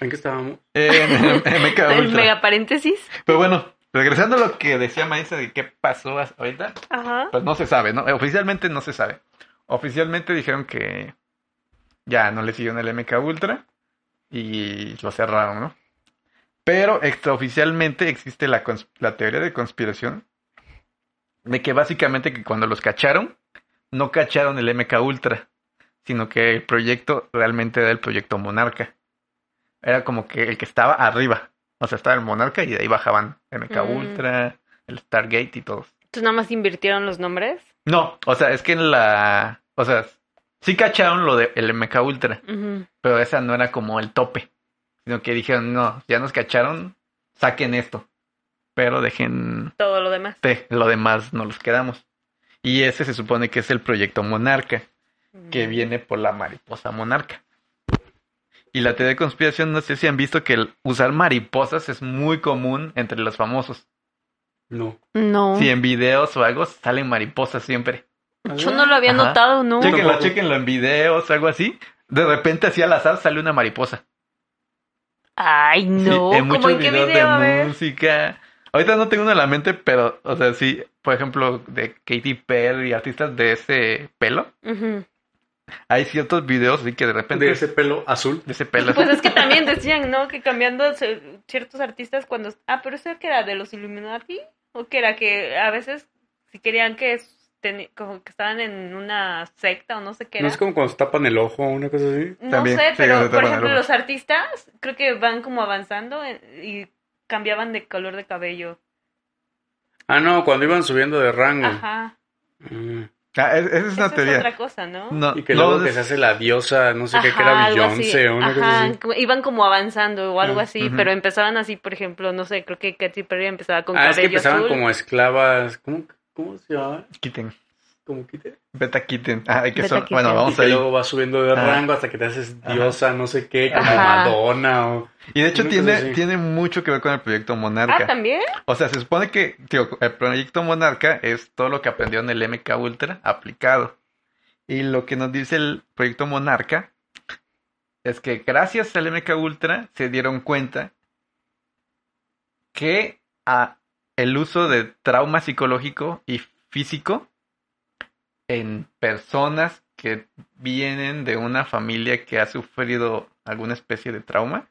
S3: ¿En qué estábamos?
S1: Eh, me- me cago
S2: <laughs> El
S1: ultra.
S2: mega paréntesis.
S1: Pero bueno, regresando a lo que decía Maestra de qué pasó as- ahorita,
S2: Ajá.
S1: pues no se sabe, ¿no? Eh, Oficialmente no se sabe. Oficialmente dijeron que ya no le siguieron el MK Ultra y lo cerraron, ¿no? Pero extraoficialmente existe la, cons- la teoría de conspiración de que básicamente que cuando los cacharon, no cacharon el MK Ultra, sino que el proyecto realmente era el proyecto Monarca. Era como que el que estaba arriba. O sea, estaba el Monarca y de ahí bajaban MK
S2: Mm.
S1: Ultra, el Stargate y todos.
S2: Entonces nada más invirtieron los nombres.
S1: No, o sea, es que en la. O sea, sí cacharon lo de el MK Ultra,
S2: Ujú.
S1: pero esa no era como el tope. Sino que dijeron, no, ya nos cacharon, saquen esto. Pero dejen
S2: Todo lo demás.
S1: te, lo demás no los quedamos. Y ese se supone que es el proyecto Monarca,
S2: Mm.
S1: que viene por la mariposa monarca. Y la teoría de conspiración, no sé si han visto que el usar mariposas es muy común entre los famosos.
S3: No.
S2: No.
S1: Si en videos o algo salen mariposas siempre.
S2: Yo no lo había
S1: Ajá.
S2: notado, ¿no?
S3: Checa.
S1: Chequenlo,
S3: Tampoco.
S1: chequenlo en videos, algo así. De repente, así al azar, sale una mariposa.
S2: Ay,
S1: Sí,
S2: no.
S1: en
S2: ¿Cómo
S1: muchos
S2: en qué
S1: videos
S2: video? A
S1: de
S2: ver.
S1: música. Ahorita no tengo uno en la mente, pero, o sea, sí, por ejemplo, de Katy Perry, artistas de ese pelo.
S2: Ujú.
S1: Hay ciertos videos así que de repente.
S3: De ese pelo azul.
S1: de ese pelo. así.
S2: Pues es que también decían, ¿no? Que cambiando se- ciertos artistas cuando... Ah, pero eso que era de los Illuminati. O que era que a veces si querían que... es- teni- Como que estaban en una secta o no sé qué
S3: No
S2: era.
S3: es como cuando se tapan el ojo o una cosa así.
S2: No
S1: También,
S2: sé,
S1: sí,
S2: pero
S1: cuando
S2: por
S1: tapan
S2: ejemplo
S1: algo.
S2: los artistas creo que van como avanzando en- y cambiaban de color de cabello.
S3: Ah, no, cuando iban subiendo de rango.
S2: Ajá.
S3: Mm.
S1: Ah, es- esa es
S2: Eso
S1: una
S2: es
S1: teoría.
S2: otra cosa, ¿no?
S1: No,
S3: Y que
S1: no,
S3: luego que
S1: es-
S3: se hace la diosa, no sé qué, que era
S2: Ajá, algo así.
S3: Beyoncé o una cosa
S2: Ajá,
S3: así.
S2: como- iban como avanzando o algo
S3: Ah,
S2: así,
S1: ujú.
S2: pero empezaban así, por ejemplo, no sé, creo que Katy Perry empezaba con
S3: Ah, es que
S2: cabello
S3: empezaban
S2: azul.
S3: como esclavas. ¿Cómo, cómo se llama?
S1: Kitten.
S3: Como quite.
S1: Beta Kitten. Ah, hay que
S2: Beta
S1: son-
S2: Kitten.
S1: Bueno,
S3: Y
S1: vamos
S3: que
S1: a ir.
S3: luego vas subiendo de
S1: Ajá.
S3: rango hasta que te haces
S1: Ajá.
S3: diosa, no sé qué, como
S2: Ajá.
S3: Madonna o...
S1: Y de hecho,
S3: Una cosa
S1: tiene,
S3: así.
S1: tiene mucho que ver con el proyecto Monarca.
S2: Ah, también.
S1: O sea, se supone que tío, el proyecto Monarca es todo lo que aprendió en el MK Ultra aplicado. Y lo que nos dice el proyecto Monarca es que gracias al MK Ultra se dieron cuenta que a el uso de trauma psicológico y físico en personas que vienen de una familia que ha sufrido alguna especie de trauma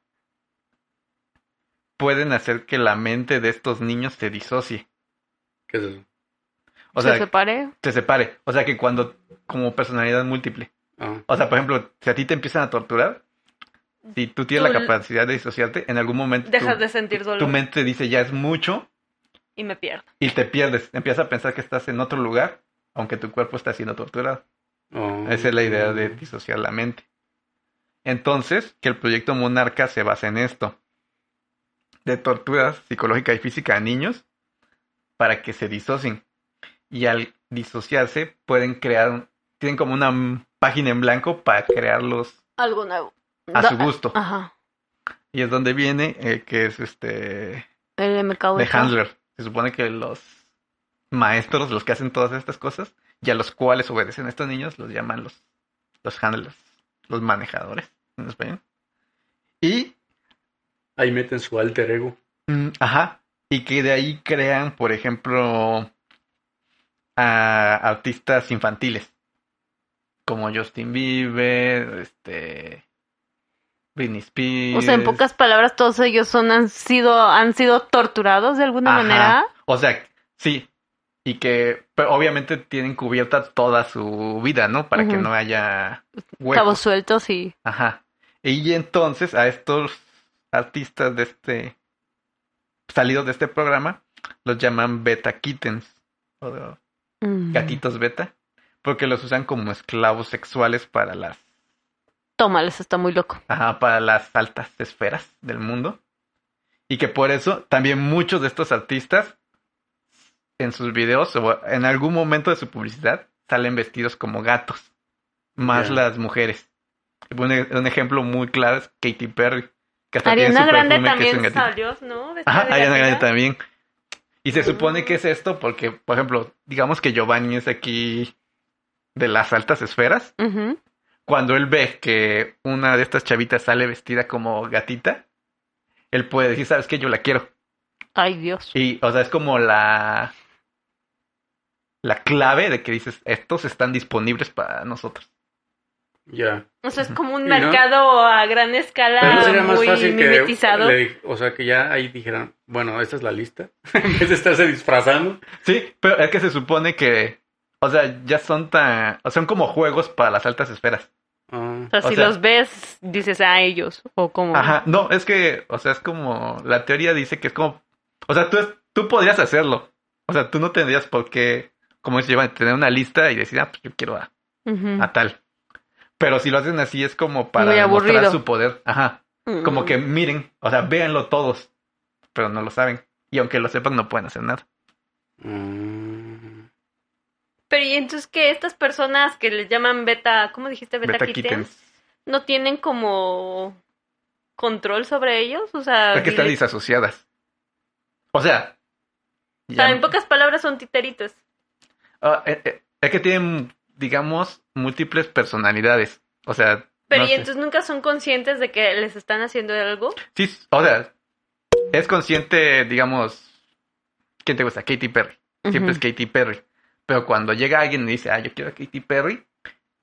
S1: pueden hacer que la mente de estos niños se disocie.
S3: ¿Qué es eso?
S1: O
S2: se
S1: sea,
S2: separé.
S1: se separe. O sea, que cuando, como personalidad múltiple.
S3: Ah.
S1: O sea, por ejemplo, si a ti te empiezan a torturar, si tú tienes
S2: Tú-
S1: la capacidad de disociarte, en algún momento
S2: Dejas
S1: tu,
S2: de sentir
S1: tu
S2: dolor
S1: mente dice ya es mucho
S2: y me pierdo.
S1: y te pierdes. Empiezas a pensar que estás en otro lugar, aunque tu cuerpo está siendo torturado.
S3: Oh.
S1: Esa es la idea de disociar la mente. Entonces, que el proyecto Monarca se basa en esto. De torturas psicológica y física a niños para que se disocien. Y al disociarse pueden crear, un- tienen como una mm, página en blanco para crearlos
S2: Algo nuevo.
S1: a
S2: Da- ah,
S1: su gusto.
S2: Ajá.
S1: Y es donde viene eh, que es este
S2: El MK
S1: de
S2: Ultra.
S1: Handler. Se supone que los maestros, los que hacen todas estas cosas, y a los cuales obedecen a estos niños, los llaman los, los handlers, los manejadores en español. Y,
S3: Ahí meten su alter ego.
S1: mm, ajá, y que de ahí crean, por ejemplo, a artistas infantiles, como Justin Bieber, este, Britney Spears.
S2: O sea, en pocas palabras, todos ellos son, han, sido, han sido torturados de alguna
S1: Ajá.
S2: manera.
S1: O sea, sí. Y que pero obviamente tienen cubierta toda su vida, ¿no? Para que
S2: Ujú.
S1: no haya
S2: Cabos
S1: huecos.
S2: sueltos y...
S1: Ajá. Y entonces a estos artistas de este salidos de este programa los llaman beta kittens o de-
S2: mm,
S1: gatitos beta porque los usan como esclavos sexuales para las
S2: Tómales, está muy loco.
S1: Ajá, para las altas esferas del mundo. Y que por eso también muchos de estos artistas en sus videos o en algún momento de su publicidad salen vestidos como gatos, más
S3: Ya.
S1: las mujeres. Un, e- un ejemplo muy claro es Katy Perry, que hasta tiene
S2: Ariana
S1: su
S2: Grande
S1: perfume que es un
S2: también
S1: gatito.
S2: salió, ¿no? Vestida Mm.
S1: Ajá,
S2: de
S1: Ariana Grande
S2: gatita.
S1: también. Y se supone que es esto porque, por ejemplo, digamos que Giovanni es aquí de las altas esferas
S2: Ujú.
S1: cuando él ve que una de estas chavitas sale vestida como gatita, él puede decir, ¿sabes qué? Yo la quiero.
S2: Ay, Dios.
S1: Y, o sea, es como la... La clave de que dices, estos están disponibles para nosotros.
S3: Ya.
S2: O sea, es como un
S3: Y no-
S2: mercado a gran
S3: Pero no
S2: escala
S3: sería más
S2: muy
S3: fácil que.
S2: mimetizado.
S3: le- o sea, que ya ahí dijeran, bueno, esta es la lista. <laughs> en vez de estarse disfrazando.
S1: Sí, pero es que se supone que... O sea, ya son tan... O sea, son como juegos para las altas esferas.
S3: Ah,
S2: O sea,
S1: o
S2: si
S1: sea-
S2: los ves, dices a ellos. O como...
S1: Ajá, no, es que... O sea, es como... La teoría dice que es como... O sea, tú, tú podrías hacerlo. O sea, tú no tendrías por qué... Como dice Giovanni, tener una lista y decir, ah, pues yo quiero a...
S2: Ujú.
S1: a tal. Pero si lo hacen así es como para
S2: Muy
S1: demostrar
S2: aburrido.
S1: su poder. Ajá. Como
S2: Mm.
S1: que miren, o sea, véanlo todos. Pero no lo saben. Y aunque lo sepan, no pueden hacer nada.
S3: mm.
S2: Pero y entonces que estas personas que les llaman beta, ¿cómo dijiste? Beta,
S1: Beta
S2: kittens,
S1: Kittens.
S2: no tienen como control sobre ellos, o sea,
S1: Es que están
S2: dile-
S1: disasociadas. O sea.
S2: o sea,
S1: ya-
S2: en pocas palabras son titeritos.
S1: Ah, eh, eh, es que tienen, digamos, múltiples personalidades. O sea.
S2: Pero
S1: no
S2: y
S1: sé.
S2: entonces nunca son conscientes de que les están haciendo algo.
S1: Sí, o sea. Es consciente, digamos. ¿Quién te gusta? Katy Perry. Siempre es Katy Perry. Pero cuando llega alguien y dice, ah, yo quiero a Katy Perry,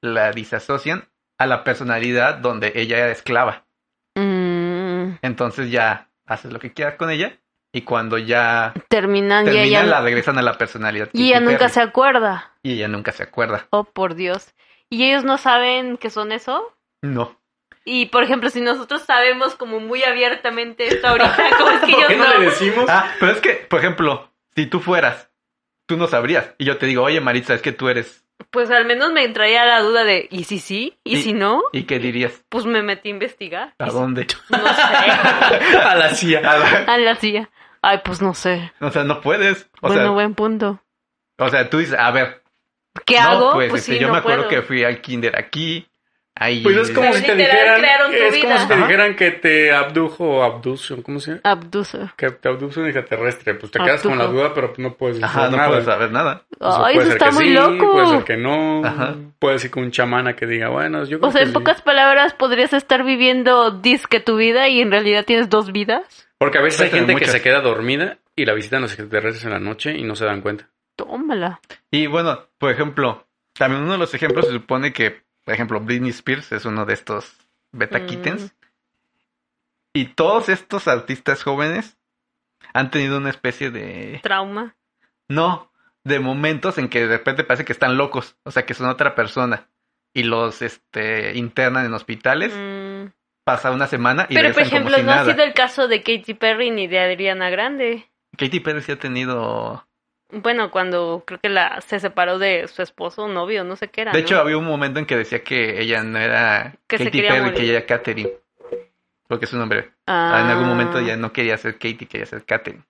S1: la disasocian a la personalidad donde ella era esclava.
S2: Mm,
S1: Entonces ya haces lo que quieras con ella y cuando ya
S2: terminan
S1: termina la regresan a la personalidad. Katy Perry.
S2: acuerda.
S1: Y ella nunca se acuerda.
S2: Oh, por Dios. ¿Y ellos no saben que son eso?
S1: No.
S2: Y, por ejemplo, si nosotros sabemos como muy abiertamente esto ahorita, como es que
S3: ¿Por
S2: ellos
S3: qué no,
S2: no?
S3: le decimos?
S2: <laughs>
S1: Ah, pero es que, por ejemplo, si tú fueras, tú no sabrías. Y yo te digo, oye Maritza, es que tú eres.
S2: Pues al menos me entraría la duda de, ¿y si sí? ¿Y
S1: Sí.
S2: si no?
S1: ¿Y qué dirías?
S2: Pues me metí a investigar.
S1: ¿A dónde?
S2: <laughs>
S1: <laughs>
S2: No sé.
S3: a la CIA.
S2: A la silla. Ay, pues no sé.
S1: o sea, no puedes. O,
S2: bueno,
S1: sea,
S2: buen punto.
S1: o sea, tú dices, a ver,
S2: ¿Qué
S1: no,
S2: hago?
S1: Pues, este,
S2: sí,
S1: yo
S2: no
S1: me acuerdo
S2: puedo.
S1: que fui al kinder aquí. Ahí.
S3: Pues es como
S2: Pero
S3: si te
S2: literal crearon
S3: dijeran.
S2: tu
S3: Es como
S2: vida.
S3: si te
S1: Ajá.
S3: dijeran que te abdujo o abducción. ¿Cómo se llama?
S2: Abduce.
S3: Que te abduce un extraterrestre. Pues te quedas con la
S2: Abdujo.
S3: duda, pero no puedes decir
S1: Ajá, no
S3: nada.
S1: puedes saber nada.
S3: O sea,
S2: Ay,
S3: puede
S2: eso
S3: ser
S2: está
S3: que
S2: muy
S3: sí,
S2: loco.
S3: Puede ser que no.
S1: Ajá.
S3: Puede ser que un chamana que diga, bueno, yo creo
S2: O sea,
S3: que
S2: en
S3: sí.
S2: pocas palabras, podrías estar viviendo disque tu vida y en realidad tienes dos vidas.
S3: Porque a veces hay
S1: Puede
S3: gente
S1: tener
S3: que
S1: muchas.
S3: se queda dormida y la visitan los extraterrestres en la noche y no se dan cuenta.
S2: Tómala.
S1: Y bueno, por ejemplo, también uno de los ejemplos se supone que, por ejemplo, Britney Spears es uno de estos beta
S2: Mm.
S1: kittens. Y todos estos artistas jóvenes han tenido una especie de...
S2: Trauma.
S1: No, de momentos en que de repente parece que están locos, o sea, que son otra persona. Y los este, internan en hospitales,
S2: Mm.
S1: pasa una semana y
S2: Pero, por
S1: regresan como
S2: ejemplo,
S1: si
S2: no ha
S1: nada.
S2: sido el caso de Katy Perry ni de Adriana Grande.
S1: Katy Perry sí ha tenido...
S2: Bueno, cuando creo que la se separó de su esposo o novio, no sé qué era.
S1: De
S2: ¿no?
S1: hecho, había un momento en que decía que ella no era
S2: Que se
S1: Katy
S2: quería
S1: Perry, que
S2: morir.
S1: ella era Katherine. Porque es un nombre.
S2: Ah.
S1: En algún momento ya no quería ser Katie, quería ser Katherine.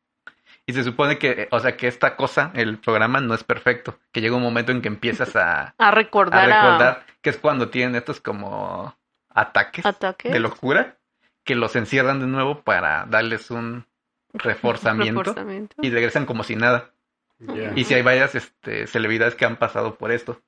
S1: Y se supone que, o sea, que esta cosa, el programa, no es perfecto. Que llega un momento en que empiezas a,
S2: A
S1: a
S2: recordar a,
S1: recordar que es cuando tienen estos como ataques
S2: ataque.
S1: de locura que los encierran de nuevo para darles un
S2: <laughs>
S1: reforzamiento
S2: Reforzamiento.
S1: y regresan como si nada.
S3: Ya.
S1: Y si hay varias este, celebridades que han pasado por esto.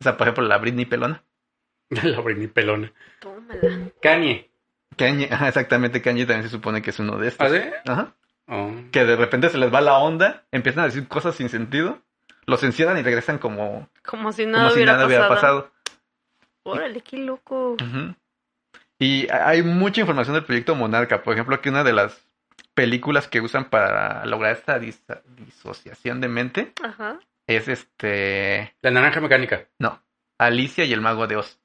S1: O sea, por ejemplo, la Britney Pelona.
S3: <laughs> La Britney pelona.
S2: Tómala.
S3: Kanye.
S1: Kanye, <laughs> ajá, exactamente, Kanye también se supone que es uno de estos.
S3: ¿Ah, sí?
S1: Ajá.
S3: Oh.
S1: que de repente se les va la onda, empiezan a decir cosas sin sentido, los encierran y regresan como,
S2: Como si
S1: como
S2: nada,
S1: si
S2: hubiera,
S1: nada
S2: pasado.
S1: hubiera pasado.
S2: Órale, qué loco.
S1: Ujú. Y hay mucha información del proyecto Monarca. Por ejemplo, que una de las películas que usan para lograr esta dis- disociación de mente
S2: Ajá.
S1: es este.
S3: La naranja mecánica.
S1: No, Alicia y el Mago de Oz.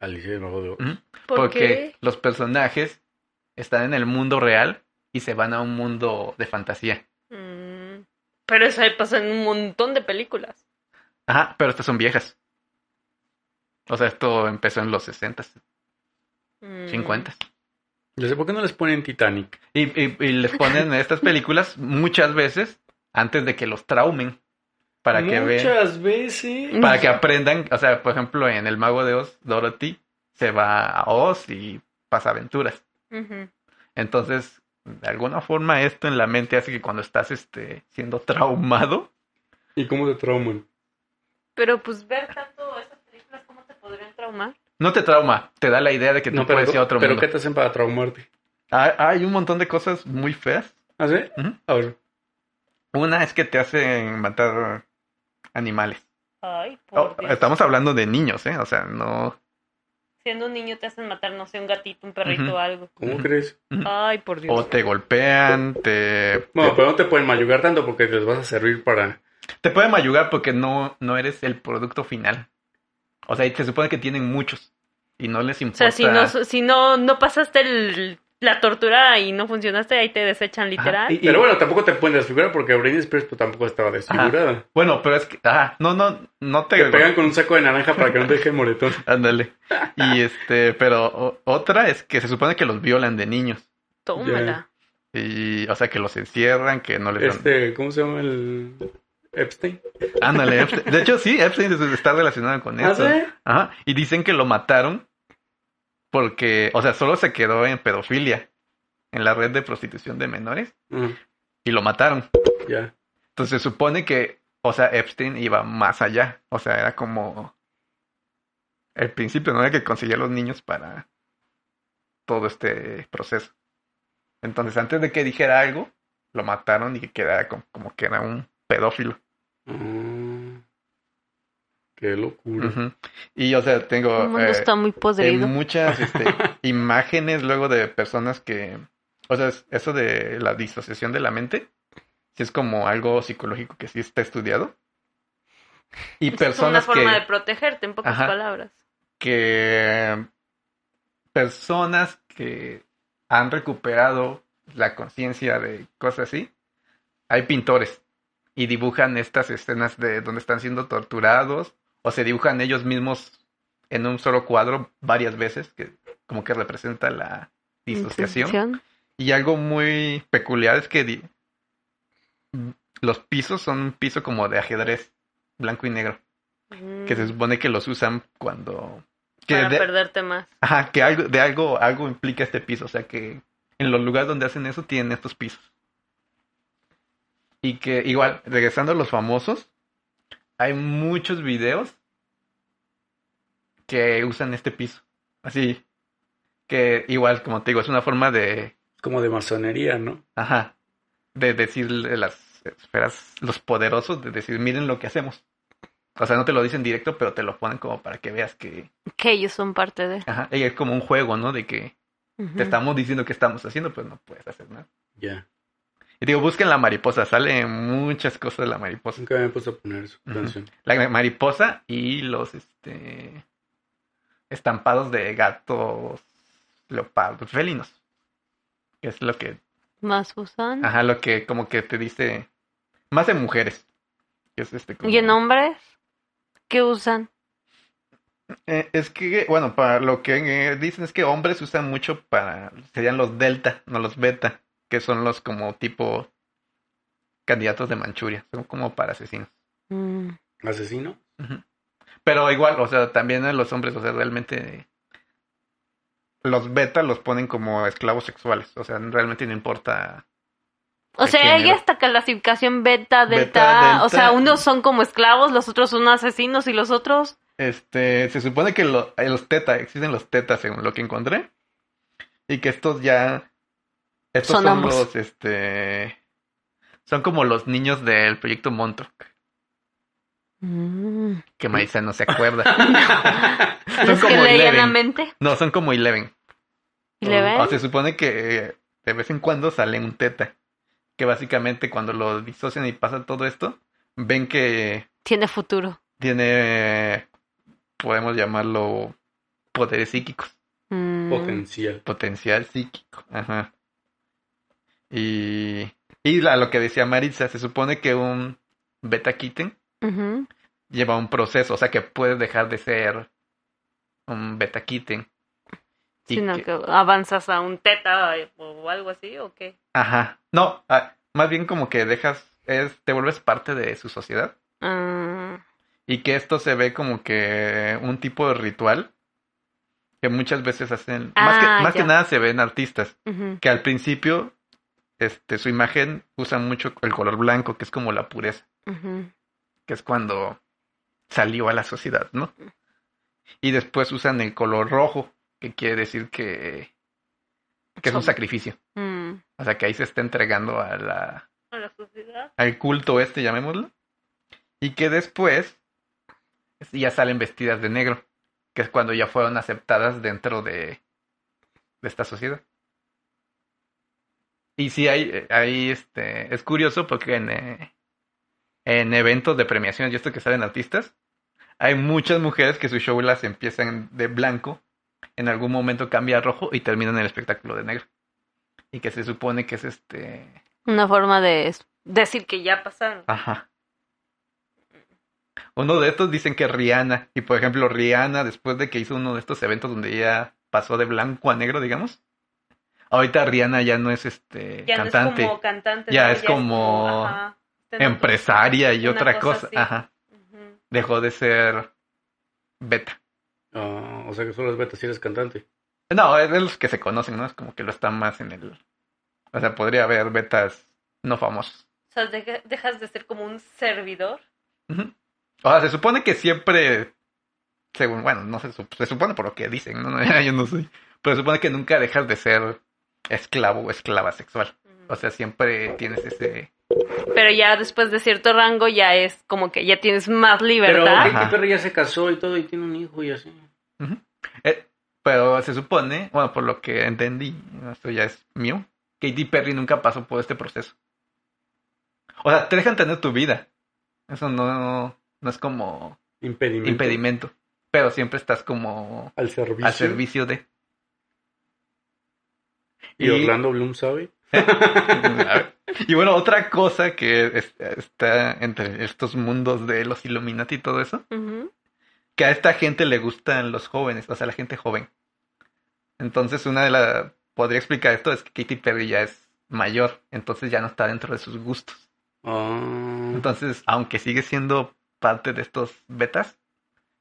S3: Alicia del Mago de Oz.
S1: Ujú.
S2: ¿Por
S1: porque
S2: qué?
S1: los personajes están en el mundo real y se van a un mundo de fantasía.
S2: Mm, Pero eso ahí pasa en un montón de películas.
S1: Ajá, pero estas son viejas. O sea, esto empezó en los 60s,
S2: Mm.
S1: 50s.
S3: Yo sé por qué no les ponen Titanic.
S1: Y, y- y les ponen estas películas muchas veces antes de que los traumen. Para que vean,
S3: Muchas veces.
S1: para que aprendan. O sea, por ejemplo, en El Mago de Oz, Dorothy se va a Oz y pasa aventuras.
S2: Ujú.
S1: Entonces, de alguna forma, esto en la mente hace que cuando estás este, siendo traumado,
S3: ¿Y cómo te trauman?
S2: Pero pues ver tanto esas películas, ¿cómo te podrían traumar?
S1: no te trauma, te da la idea de que tú
S3: no, pero,
S1: puedes ir a otro
S3: pero
S1: mundo.
S3: ¿qué te hacen para traumarte?
S1: Hay, hay un montón de cosas muy feas.
S3: ¿Ah, sí?
S1: Ujú.
S3: A ver.
S1: Una es que te hacen matar animales.
S2: Ay,
S1: Oh,
S2: por Dios.
S1: estamos hablando de niños, ¿eh? O sea, no.
S2: Siendo un niño te hacen matar, no sé, un gatito, un perrito
S1: Ujú.
S2: o algo.
S3: ¿Cómo
S1: Ujú.
S3: crees?
S2: Ay, por Dios.
S1: O te golpean, te.
S3: Bueno,
S1: te,
S3: pero no te pueden mayugar tanto porque les vas a servir para.
S1: te pueden ayudar porque no, no eres el producto final. O sea, y se supone que tienen muchos. Y no les
S2: O
S1: importa.
S2: sea, si no, si no, no pasaste el- la tortura y no funcionaste, ahí te desechan
S1: Ajá,
S2: literal.
S1: y- y-
S3: Pero bueno, tampoco te pueden desfigurar porque Britney Spears pues, tampoco estaba desfigurada.
S1: Bueno, pero es que. Ah, no, no, no te.
S3: Te pegan con un saco de naranja para que no te
S1: <laughs>
S3: deje moretón.
S1: Ándale. Y <laughs> este, pero o- otra es que se supone que los violan de niños.
S2: Tómala.
S1: Y, o sea, que los encierran, que no les dan.
S3: Este, ¿cómo se llama el Epstein?
S1: Ándale, Epstein. De hecho, sí, Epstein está relacionado con
S3: ¿Ah,
S1: eso.
S3: sí?
S1: Ajá. Y dicen que lo mataron porque, o sea, solo se quedó en pedofilia, en la red de prostitución de menores,
S3: Ah,
S1: y lo mataron.
S3: ya.
S1: Entonces se supone que, o sea, Epstein iba más allá. O sea, era como el principio, ¿no? Era que conseguía los niños para todo este proceso. Entonces, antes de que dijera algo, lo mataron y que quedara como, como que era un pedófilo.
S3: Ah, qué locura.
S1: Ujú. Y, o sea, tengo...
S2: El mundo
S1: eh,
S2: está muy
S1: Hay
S2: podrido.
S1: muchas este, imágenes luego de personas que, o sea, es- eso de la disociación de la mente, si es como algo psicológico que sí está estudiado. Y
S2: Es una
S1: personas
S2: forma
S1: que,
S2: de protegerte, en pocas
S1: Ajá.
S2: palabras.
S1: que personas que han recuperado la conciencia de cosas así, hay pintores y dibujan estas escenas de donde están siendo torturados o se dibujan ellos mismos en un solo cuadro varias veces, que como que representa la disociación.
S2: Intención.
S1: Y algo muy peculiar es que di- los pisos son un piso como de ajedrez, blanco y negro, que se
S2: Mm,
S1: supone que los usan cuando... que
S2: Para
S1: de-
S2: perderte más.
S1: Ajá, que algo, de algo, algo implica este piso. O sea que en los lugares donde hacen eso tienen estos pisos. Y que igual, regresando a los famosos, hay muchos videos que usan este piso. Así que igual, como te digo, es una forma de,
S3: Como de masonería, ¿no?
S1: ajá, de decir las esferas, los poderosos, de decir, miren lo que hacemos. O sea, no te lo dicen directo, pero te lo ponen como para que veas que,
S2: Que ellos son parte de.
S1: ajá, y es como un juego, ¿no? De que
S2: Ujú.
S1: te estamos diciendo que estamos haciendo, pues no puedes hacer nada.
S3: Ya.
S1: Y digo, busquen la mariposa, salen muchas cosas de la mariposa.
S3: Nunca me he puesto a poner su
S1: Ujú.
S3: canción.
S1: La mariposa y los este estampados de gatos, leopardos, felinos. Que es lo que,
S2: Más usan.
S1: ajá, lo que como que te dice más de mujeres. Que es este como-
S2: ¿Y en hombres? ¿Qué usan?
S1: Eh, es que, bueno, para lo que eh, dicen es que hombres usan mucho para, serían los delta, no los beta, que son los como tipo candidatos de Manchuria, son como para asesinos.
S2: Mm,
S1: <laughs>
S3: ¿Asesino?
S1: Ujú. Pero igual, o sea, también a los hombres, o sea, realmente los beta los ponen como esclavos sexuales, o sea, realmente no importa.
S2: O
S1: ¿De
S2: sea,
S1: género?
S2: hay esta clasificación beta, delta,
S1: Beta, delta.
S2: O sea, unos son como esclavos, los otros son asesinos y los otros.
S1: Este, se supone que lo- eh, los teta, existen los tetas según lo que encontré, y que estos ya, estos
S2: Son
S1: son
S2: ambos.
S1: los, este, son como los niños del proyecto Montauk,
S2: Mm.
S1: que
S2: <laughs>
S1: Marisa no se acuerda.
S2: Los que
S1: como
S2: leían la
S1: Eleven. Mm.
S2: mente.
S1: No, son como Eleven.
S2: ¿Y le ven?
S1: O se supone que eh, de vez en cuando sale un teta. Que básicamente cuando lo disocian y pasa todo esto, ven que
S2: Tiene futuro.
S1: tiene, podemos llamarlo, poderes psíquicos.
S2: Mm.
S3: Potencial.
S1: potencial psíquico. Ajá. Y, y la- lo que decía Maritza, se supone que un beta kitten
S2: Ujú.
S1: lleva un proceso, o sea que puedes dejar de ser un beta kitten. Y
S2: Sino
S1: que-
S2: que avanzas a un teta eh, o algo así, ¿o qué?
S1: Ajá. No, ah, más bien como que dejas, es, te vuelves parte de su sociedad.
S2: Ah,
S1: Y que esto se ve como que un tipo de ritual que muchas veces hacen, más, que,
S2: Ah,
S1: más que
S2: ya.
S1: nada se ven artistas.
S2: ujú.
S1: que al principio este su imagen usa mucho el color blanco, que es como la pureza,
S2: Ujú.
S1: que es cuando salió a la sociedad, ¿no? Y después usan el color rojo, que quiere decir que, que es un
S2: Som-
S1: sacrificio.
S2: Mm.
S1: O sea, que ahí se está entregando a la,
S2: A la sociedad.
S1: al culto este, llamémoslo. Y que después este, ya salen vestidas de negro, que es cuando ya fueron aceptadas dentro de, de esta sociedad. Y sí, hay, hay, este, es curioso porque en, eh, en eventos de premiaciones y esto que salen artistas, hay muchas mujeres que su show las empiezan de blanco, en algún momento cambia a rojo y terminan el espectáculo de negro. Y que se supone que es este...
S2: Una forma de es- decir que ya pasaron.
S1: Ajá. Uno de estos dicen que Rihanna. Y por ejemplo, Rihanna, después de que hizo uno de estos eventos donde ella pasó de blanco a negro, digamos. Ahorita Rihanna ya no es este
S2: ya
S1: cantante,
S2: no es como cantante.
S1: Ya
S2: ¿no?
S1: es como
S2: ajá, está en otro-
S1: empresaria y
S2: una
S1: otra
S2: cosa
S1: cosa.
S2: así.
S1: Ajá.
S2: Ujú.
S1: Dejó de ser beta.
S3: Ah, o sea que solo es beta si eres cantante.
S1: No, es de los que se conocen, ¿no? Es como que lo están más en el. O sea, podría haber betas no famosos.
S2: O sea, deja- dejas de ser como un servidor.
S1: Ujú. O sea, se supone que siempre, según, bueno, no se, sup- se supone por lo que dicen, ¿no? <laughs> No, yo no soy, pero se supone que nunca dejas de ser esclavo o esclava sexual.
S2: Ujú.
S1: O sea, siempre tienes ese...
S2: Pero ya después de cierto rango ya es como que ya tienes más
S3: Pero
S2: libertad.
S1: Ajá.
S3: Katy Perry ya se casó y todo y tiene un hijo y así.
S1: Ujú. Eh, pero se supone, bueno, por lo que entendí, esto ya es mío, Katy Perry nunca pasó por este proceso. O sea, te dejan tener tu vida. Eso no, no es como
S3: Impedimento.
S1: impedimento, pero siempre estás como
S3: Al servicio.
S1: al servicio de...
S3: Y, Orlando Bloom sabe.
S1: <laughs> A ver. Y bueno, otra cosa que es- está entre estos mundos de los Illuminati y todo eso,
S2: Ujú.
S1: que a esta gente le gustan los jóvenes, o sea, la gente joven. Entonces, una de las... Podría explicar esto, es que Katy Perry ya es mayor, entonces ya no está dentro de sus gustos.
S3: Ah,
S1: Entonces, aunque sigue siendo parte de estos betas,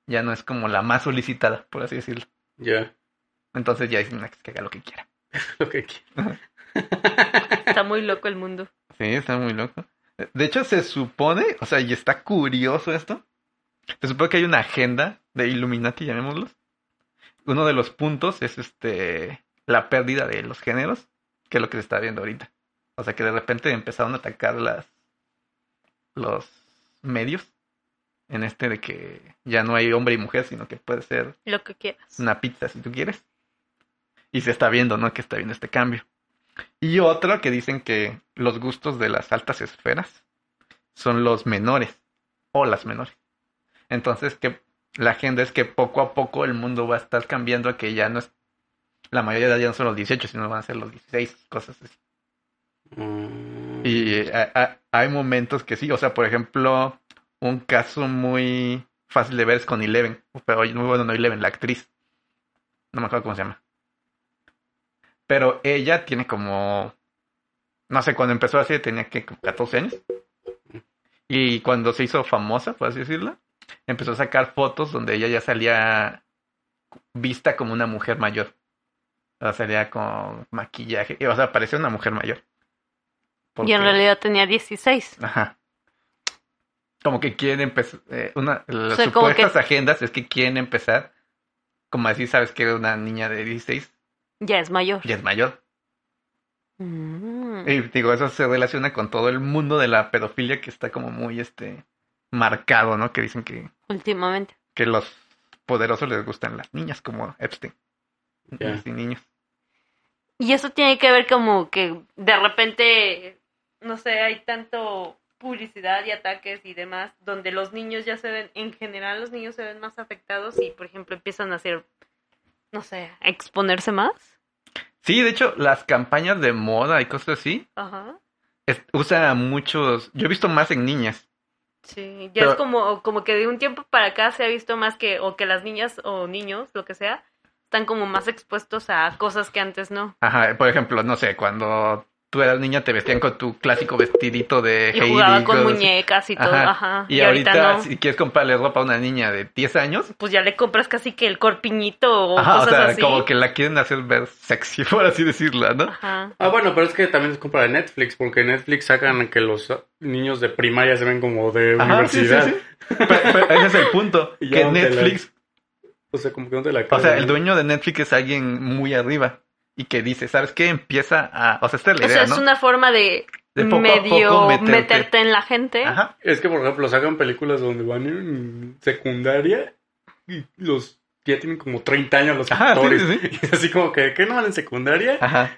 S1: ya no es como la más solicitada, por así decirlo.
S3: ya. <laughs>
S1: Entonces ya es una que haga lo que quiera.
S3: Lo que quiera.
S2: Está muy loco el mundo.
S1: Sí, está muy loco. De hecho, se supone, o sea, y está curioso esto. Se supone que hay una agenda de Illuminati, llamémoslos. Uno de los puntos es este la pérdida de los géneros, que es lo que se está viendo ahorita. O sea, que de repente empezaron a atacar las los medios en este de que ya no hay hombre y mujer, sino que puede ser
S2: Lo que quieras.
S1: una pizza si tú quieres. Y se está viendo, ¿no? Que está viendo este cambio. Y otro que dicen que los gustos de las altas esferas son los menores o las menores. Entonces que la agenda es que poco a poco el mundo va a estar cambiando a que ya no es la mayoría de edad ya no son los 18, sino van a ser los 16, cosas así.
S3: Ah,
S1: Y eh, a- a- hay momentos que sí, o sea, por ejemplo, un caso muy fácil de ver es con Eleven, pero muy bueno, no Eleven, la actriz. No me acuerdo cómo se llama. Pero ella tiene como, no sé, cuando empezó así tenía que como 14 años. Y cuando se hizo famosa, por así decirlo, empezó a sacar fotos donde ella ya salía vista como una mujer mayor. O sea, salía con maquillaje, o sea, parecía una mujer mayor.
S2: Y en
S1: Porque-
S2: realidad tenía 16.
S1: Ajá. Como que quieren empezar. una, las
S2: sea, como
S1: supuestas agendas es que quieren empezar. Como así sabes que una niña de 16
S2: Ya es mayor.
S1: ya es mayor.
S2: Mm.
S1: Y digo, eso se relaciona con todo el mundo de la pedofilia que está como muy este marcado, ¿no? Que dicen que,
S2: Últimamente.
S1: que los poderosos les gustan las niñas, como Epstein.
S3: Ya.
S1: Niñas y niños.
S2: Y eso tiene que ver como que de repente, no sé, hay tanto publicidad y ataques y demás, donde los niños ya se ven, en general los niños se ven más afectados y, por ejemplo, empiezan a hacer, no sé, a exponerse más.
S1: Sí, de hecho, las campañas de moda y cosas así
S2: Ajá.
S1: es- usan a muchos. Yo he visto más en niñas.
S2: Sí, ya
S1: Pero-
S2: es como, como que de un tiempo para acá se ha visto más que, o que las niñas o niños, lo que sea, están como más expuestos a cosas que antes no.
S1: Ajá, por ejemplo, no sé, cuando tú eras niña te vestían con tu clásico vestidito de
S2: Y
S1: Heidi
S2: jugaban
S1: y
S2: con
S1: cosas así.
S2: muñecas y todo,
S1: Ajá.
S2: ajá.
S1: Y, ahorita,
S2: no,
S1: si quieres comprarle ropa a una niña de 10 años,
S2: pues ya le compras casi que el corpiñito o
S1: ajá, o
S2: cosas
S1: sea,
S2: así.
S1: como que la quieren hacer ver sexy, <laughs> por así decirlo, ¿no?
S2: Ajá.
S3: Ah, bueno, pero es que también es compra de Netflix, porque Netflix sacan que los niños de primaria se ven como de
S1: Ajá, sí, sí,
S3: universidad.
S1: sí. Pero- pero ese es el punto,
S3: <laughs> Y
S1: que
S3: ya te la-
S1: Netflix,
S3: O sea, como que no te la
S1: o sea,
S3: crees.
S1: el dueño de Netflix es alguien muy arriba y que dice, ¿sabes qué? Empieza a, o sea, esta es la
S2: O sea,
S1: idea,
S2: es
S1: ¿no?
S2: una forma de,
S1: De poco a
S2: medio
S1: poco meterte.
S2: meterte. en la gente.
S1: Ajá.
S3: Es que, por ejemplo, sacan películas donde van en secundaria y los ya tienen como 30 años los
S1: Ajá, sí,
S3: actores.
S1: sí, sí.
S3: Y <laughs> así como que, ¿qué no van en secundaria? <laughs>
S1: Ajá.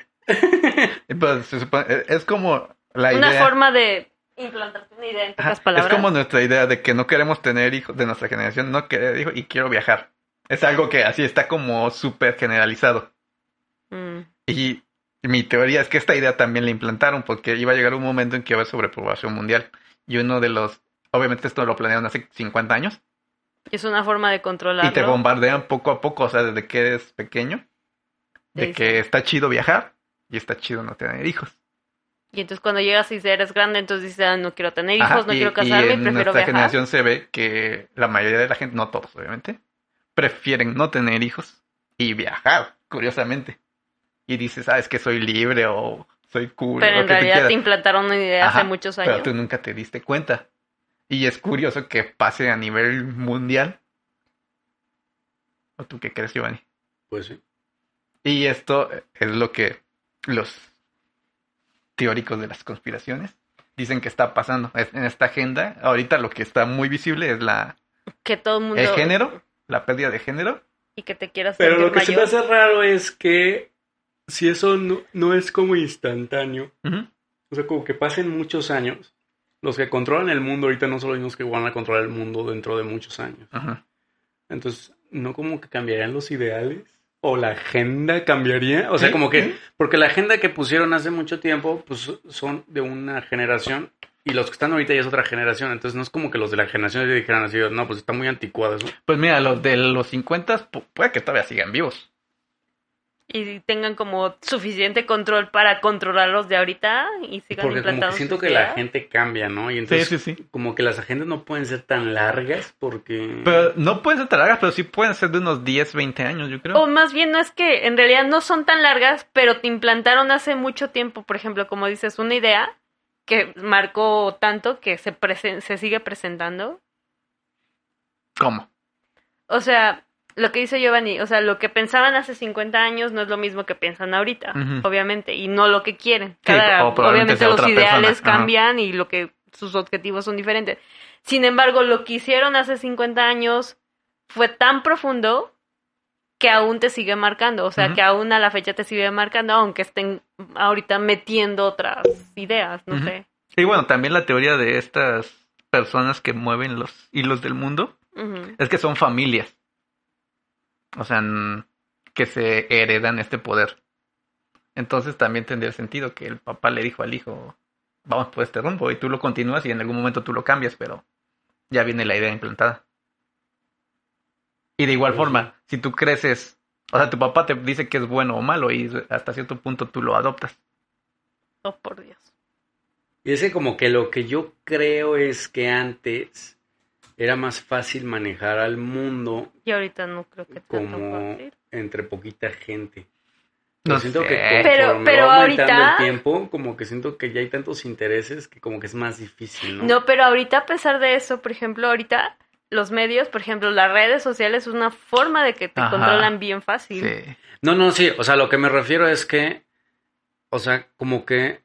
S1: Pues, se supone- es como la
S2: Una
S1: idea.
S2: forma de implantarte una idea en
S1: Ajá,
S2: pocas palabras.
S1: Es como nuestra idea de que no queremos tener hijos de nuestra generación, no querer hijos y quiero viajar. Es algo que así está como súper generalizado.
S2: Mm.
S1: Y mi teoría es que esta idea también la implantaron porque iba a llegar un momento en que iba a haber sobrepoblación mundial. Y uno de los, obviamente esto lo planearon hace 50 años
S2: Es una forma de controlarlo.
S1: y te bombardean poco a poco, o sea, desde que eres pequeño,
S2: Te
S1: de
S2: dicen.
S1: que está chido viajar y está chido no tener hijos.
S2: Y entonces cuando llegas y eres grande, entonces dices, ah, no quiero tener hijos,
S1: Ajá,
S2: no
S1: y-
S2: quiero
S1: y
S2: casarme,
S1: en
S2: prefiero
S1: nuestra
S2: viajar.
S1: generación se ve que la mayoría de la gente, no todos obviamente, prefieren no tener hijos y viajar, curiosamente. Y dices, ah, es que soy libre o soy cool.
S2: Pero
S1: lo
S2: en
S1: que tú
S2: realidad
S1: quieras.
S2: te implantaron una idea
S1: Ajá,
S2: hace muchos
S1: Pero
S2: años.
S1: tú nunca te diste cuenta. Y es curioso que pase a nivel mundial. ¿O tú qué crees, Giovanni?
S3: Pues sí.
S1: Y esto es lo que los teóricos de las conspiraciones dicen que está pasando Es- en esta agenda. Ahorita lo que está muy visible es la
S2: Que todo el mundo...
S1: el género, la pérdida de género.
S2: Y que te quieras
S3: Pero
S2: sentir
S3: lo que se me
S2: mayor.
S3: hace raro es que si eso no, no es como instantáneo,
S1: Ujú.
S3: o sea, como que pasen muchos años, los que controlan el mundo ahorita no son los mismos que van a controlar el mundo dentro de muchos años.
S1: Ajá.
S3: Entonces, ¿no como que cambiarían los ideales? ¿O la agenda cambiaría? O sea,
S1: Sí,
S3: como que...
S1: sí.
S3: Porque la agenda que pusieron hace mucho tiempo, pues son de una generación y los que están ahorita ya es otra generación. Entonces no es como que los de la generación ya dijeran así, no, pues está muy anticuado eso.
S1: Pues mira, los de los 50 pu- puede que todavía sigan vivos.
S2: Y tengan como suficiente control para controlarlos de ahorita y sigan
S3: Porque como que
S2: implantando
S3: siento
S2: sus
S3: que la
S2: ideas.
S3: gente cambia, ¿no? Y
S1: Sí,
S3: entonces
S1: sí, sí.
S3: como que las agendas no pueden ser tan largas porque...
S1: Pero no pueden ser tan largas, pero sí pueden ser de unos 10, 20 años, yo creo.
S2: O más bien no es que en realidad no son tan largas, pero te implantaron hace mucho tiempo, por ejemplo, como dices, una idea que marcó tanto que se, presen- se sigue presentando.
S1: ¿Cómo?
S2: O sea, lo que dice Giovanni, o sea, lo que pensaban hace 50 años no es lo mismo que piensan ahorita,
S1: Ujú.
S2: obviamente, y no lo que quieren.
S1: Sí,
S2: Cada-
S1: o probablemente
S2: obviamente
S1: sea
S2: los
S1: otra
S2: ideales
S1: persona, ajá.
S2: cambian y lo que sus objetivos son diferentes. Sin embargo, lo que hicieron hace 50 años fue tan profundo que aún te sigue marcando, o sea,
S1: Ujú.
S2: que aún a la fecha te sigue marcando, aunque estén ahorita metiendo otras ideas, no
S1: Ujú.
S2: sé.
S1: Y bueno, también la teoría de estas personas que mueven los hilos del mundo
S2: Ujú.
S1: es que son familias. O sea, n- que se heredan este poder. Entonces también tendría sentido que el papá le dijo al hijo, vamos por este rumbo y tú lo continúas y en algún momento tú lo cambias, pero ya viene la idea implantada. Y de igual
S3: Sí.
S1: forma, si tú creces, o sea, tu papá te dice que es bueno o malo y hasta cierto punto tú lo adoptas.
S2: Oh, por Dios.
S3: Y es que como que lo que yo creo es que antes era más fácil manejar al mundo
S2: Y ahorita no creo que tanto
S3: como
S2: fácil.
S3: entre poquita gente.
S1: No
S3: Yo siento
S1: sé.
S3: que conforme
S2: Pero-
S3: va
S2: pero
S3: aumentando
S2: ahorita-
S3: el tiempo, como que siento que ya hay tantos intereses que como que es más difícil, ¿no?
S2: No, pero ahorita a pesar de eso, por ejemplo, ahorita los medios, por ejemplo, las redes sociales es una forma de que te
S1: Ajá.
S2: controlan bien fácil.
S1: Sí.
S3: No, no, sí, o sea, lo que me refiero es que, o sea, como que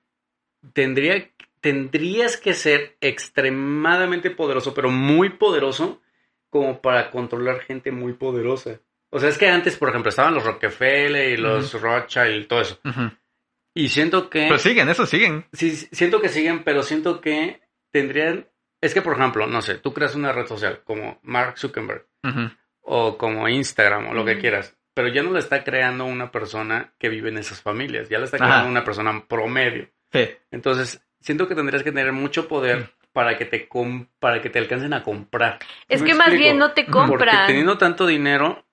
S3: tendría, tendrías que ser extremadamente poderoso, pero muy poderoso, como para controlar gente muy poderosa. O sea, es que antes, por ejemplo, estaban los Rockefeller y los Rothschild y todo eso.
S1: Ujú.
S3: Y siento que...
S1: Pero siguen, eso siguen.
S3: Sí, sí, siento que siguen, pero siento que tendrían... Es que, por ejemplo, no sé, tú creas una red social como Mark Zuckerberg
S1: Ujú.
S3: o como Instagram o lo que
S2: Ujú.
S3: quieras, pero ya no la está creando una persona que vive en esas familias, ya la está creando
S1: Ajá.
S3: una persona promedio.
S1: Sí.
S3: Entonces, siento que tendrías que tener mucho poder para que te com- para que te alcancen a comprar.
S2: Es
S3: ¿Me
S2: que más
S3: explico?
S2: bien no te
S1: Porque
S3: Porque
S2: compran.
S3: teniendo tanto dinero,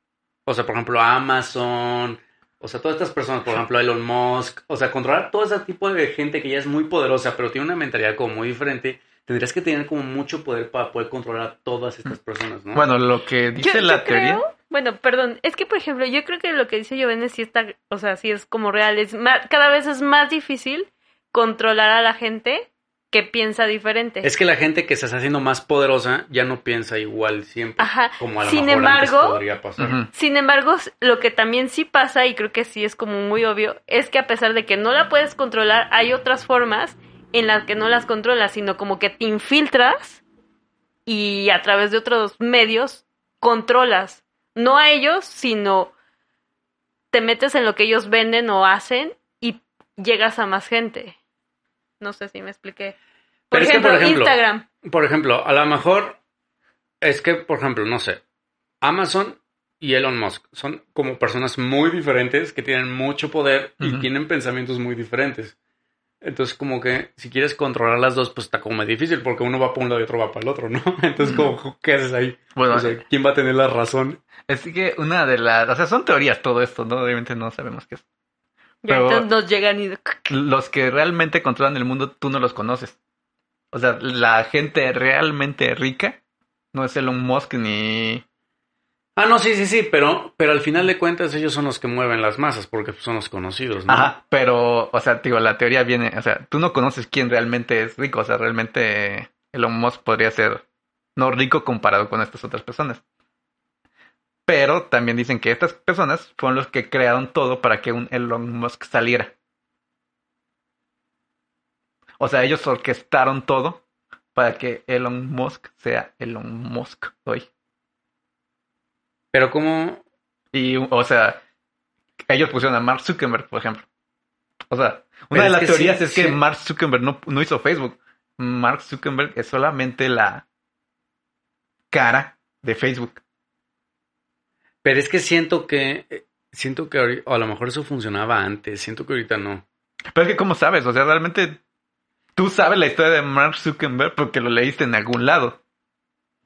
S3: o sea, por ejemplo, Amazon, o sea, todas estas personas, por ejemplo, Elon Musk, o sea, controlar todo ese tipo de gente que ya es muy poderosa, pero tiene una mentalidad como muy diferente, tendrías que tener como mucho poder para poder controlar a todas
S2: Mm.
S3: estas personas, ¿no?
S1: Bueno, lo que
S2: Yo-
S1: dice la
S2: yo
S1: teoría.
S2: creo- bueno, perdón, es que por ejemplo, yo creo que lo que dice Giovanni sí está, o sea, sí es como real, es ma- cada vez es más difícil controlar a la gente que piensa diferente.
S3: es que la gente que se está haciendo más poderosa ya no piensa igual siempre,
S2: Ajá.
S3: como a lo
S2: Sin
S3: mejor antes
S2: embargo-
S3: podría pasar.
S1: Ujú.
S2: Sin embargo, s- lo que también sí pasa, y creo que sí es como muy obvio, es que a pesar de que no la puedes controlar, hay otras formas en las que no las controlas, sino como que te infiltras y a través de otros medios controlas. No a ellos, sino te metes en lo que ellos venden o hacen y llegas a más gente. No sé si me expliqué. Por,
S3: Pero es que,
S2: ejemplo,
S3: por ejemplo,
S2: Instagram.
S3: Por ejemplo, a lo mejor es que, por ejemplo, no sé, Amazon y Elon Musk son como personas muy diferentes que tienen mucho poder y
S1: Ujú.
S3: tienen pensamientos muy diferentes. Entonces, como que si quieres controlar las dos, pues está como muy difícil porque uno va para un lado y otro va para el otro, ¿no? <laughs> Entonces, como, ¿qué haces ahí?
S1: Bueno,
S3: O sea, ¿quién va a tener la razón?
S1: es que una de las. O sea, son teorías todo esto, ¿no? Obviamente no sabemos qué es.
S2: Ya
S1: pero-
S2: entonces nos llegan y... <laughs>
S1: Los que realmente controlan el mundo, tú no los conoces. O sea, la gente realmente rica no es Elon Musk ni.
S3: Ah, no, sí, sí, sí, pero, pero al final de cuentas ellos son los que mueven las masas porque son los conocidos, ¿no?
S1: Ajá, pero, o sea, digo, la teoría viene, o sea, tú no conoces quién realmente es rico, o sea, realmente Elon Musk podría ser no rico comparado con estas otras personas. Pero también dicen que estas personas fueron los que crearon todo para que un Elon Musk saliera. O sea, ellos orquestaron todo para que Elon Musk sea Elon Musk hoy.
S3: Pero como,
S1: Y, o sea, ellos pusieron a Mark Zuckerberg, por ejemplo. O sea, una
S3: Pero
S1: de
S3: es
S1: las
S3: que
S1: teorías
S3: sí,
S1: es que
S3: sí.
S1: Mark Zuckerberg no, no hizo Facebook. Mark Zuckerberg es solamente la cara de Facebook.
S3: Pero es que siento que, eh, siento que ahori- o a lo mejor eso funcionaba antes, siento que ahorita no.
S1: Pero es que, ¿cómo sabes? O sea, realmente tú sabes la historia de Mark Zuckerberg porque lo leíste en algún lado.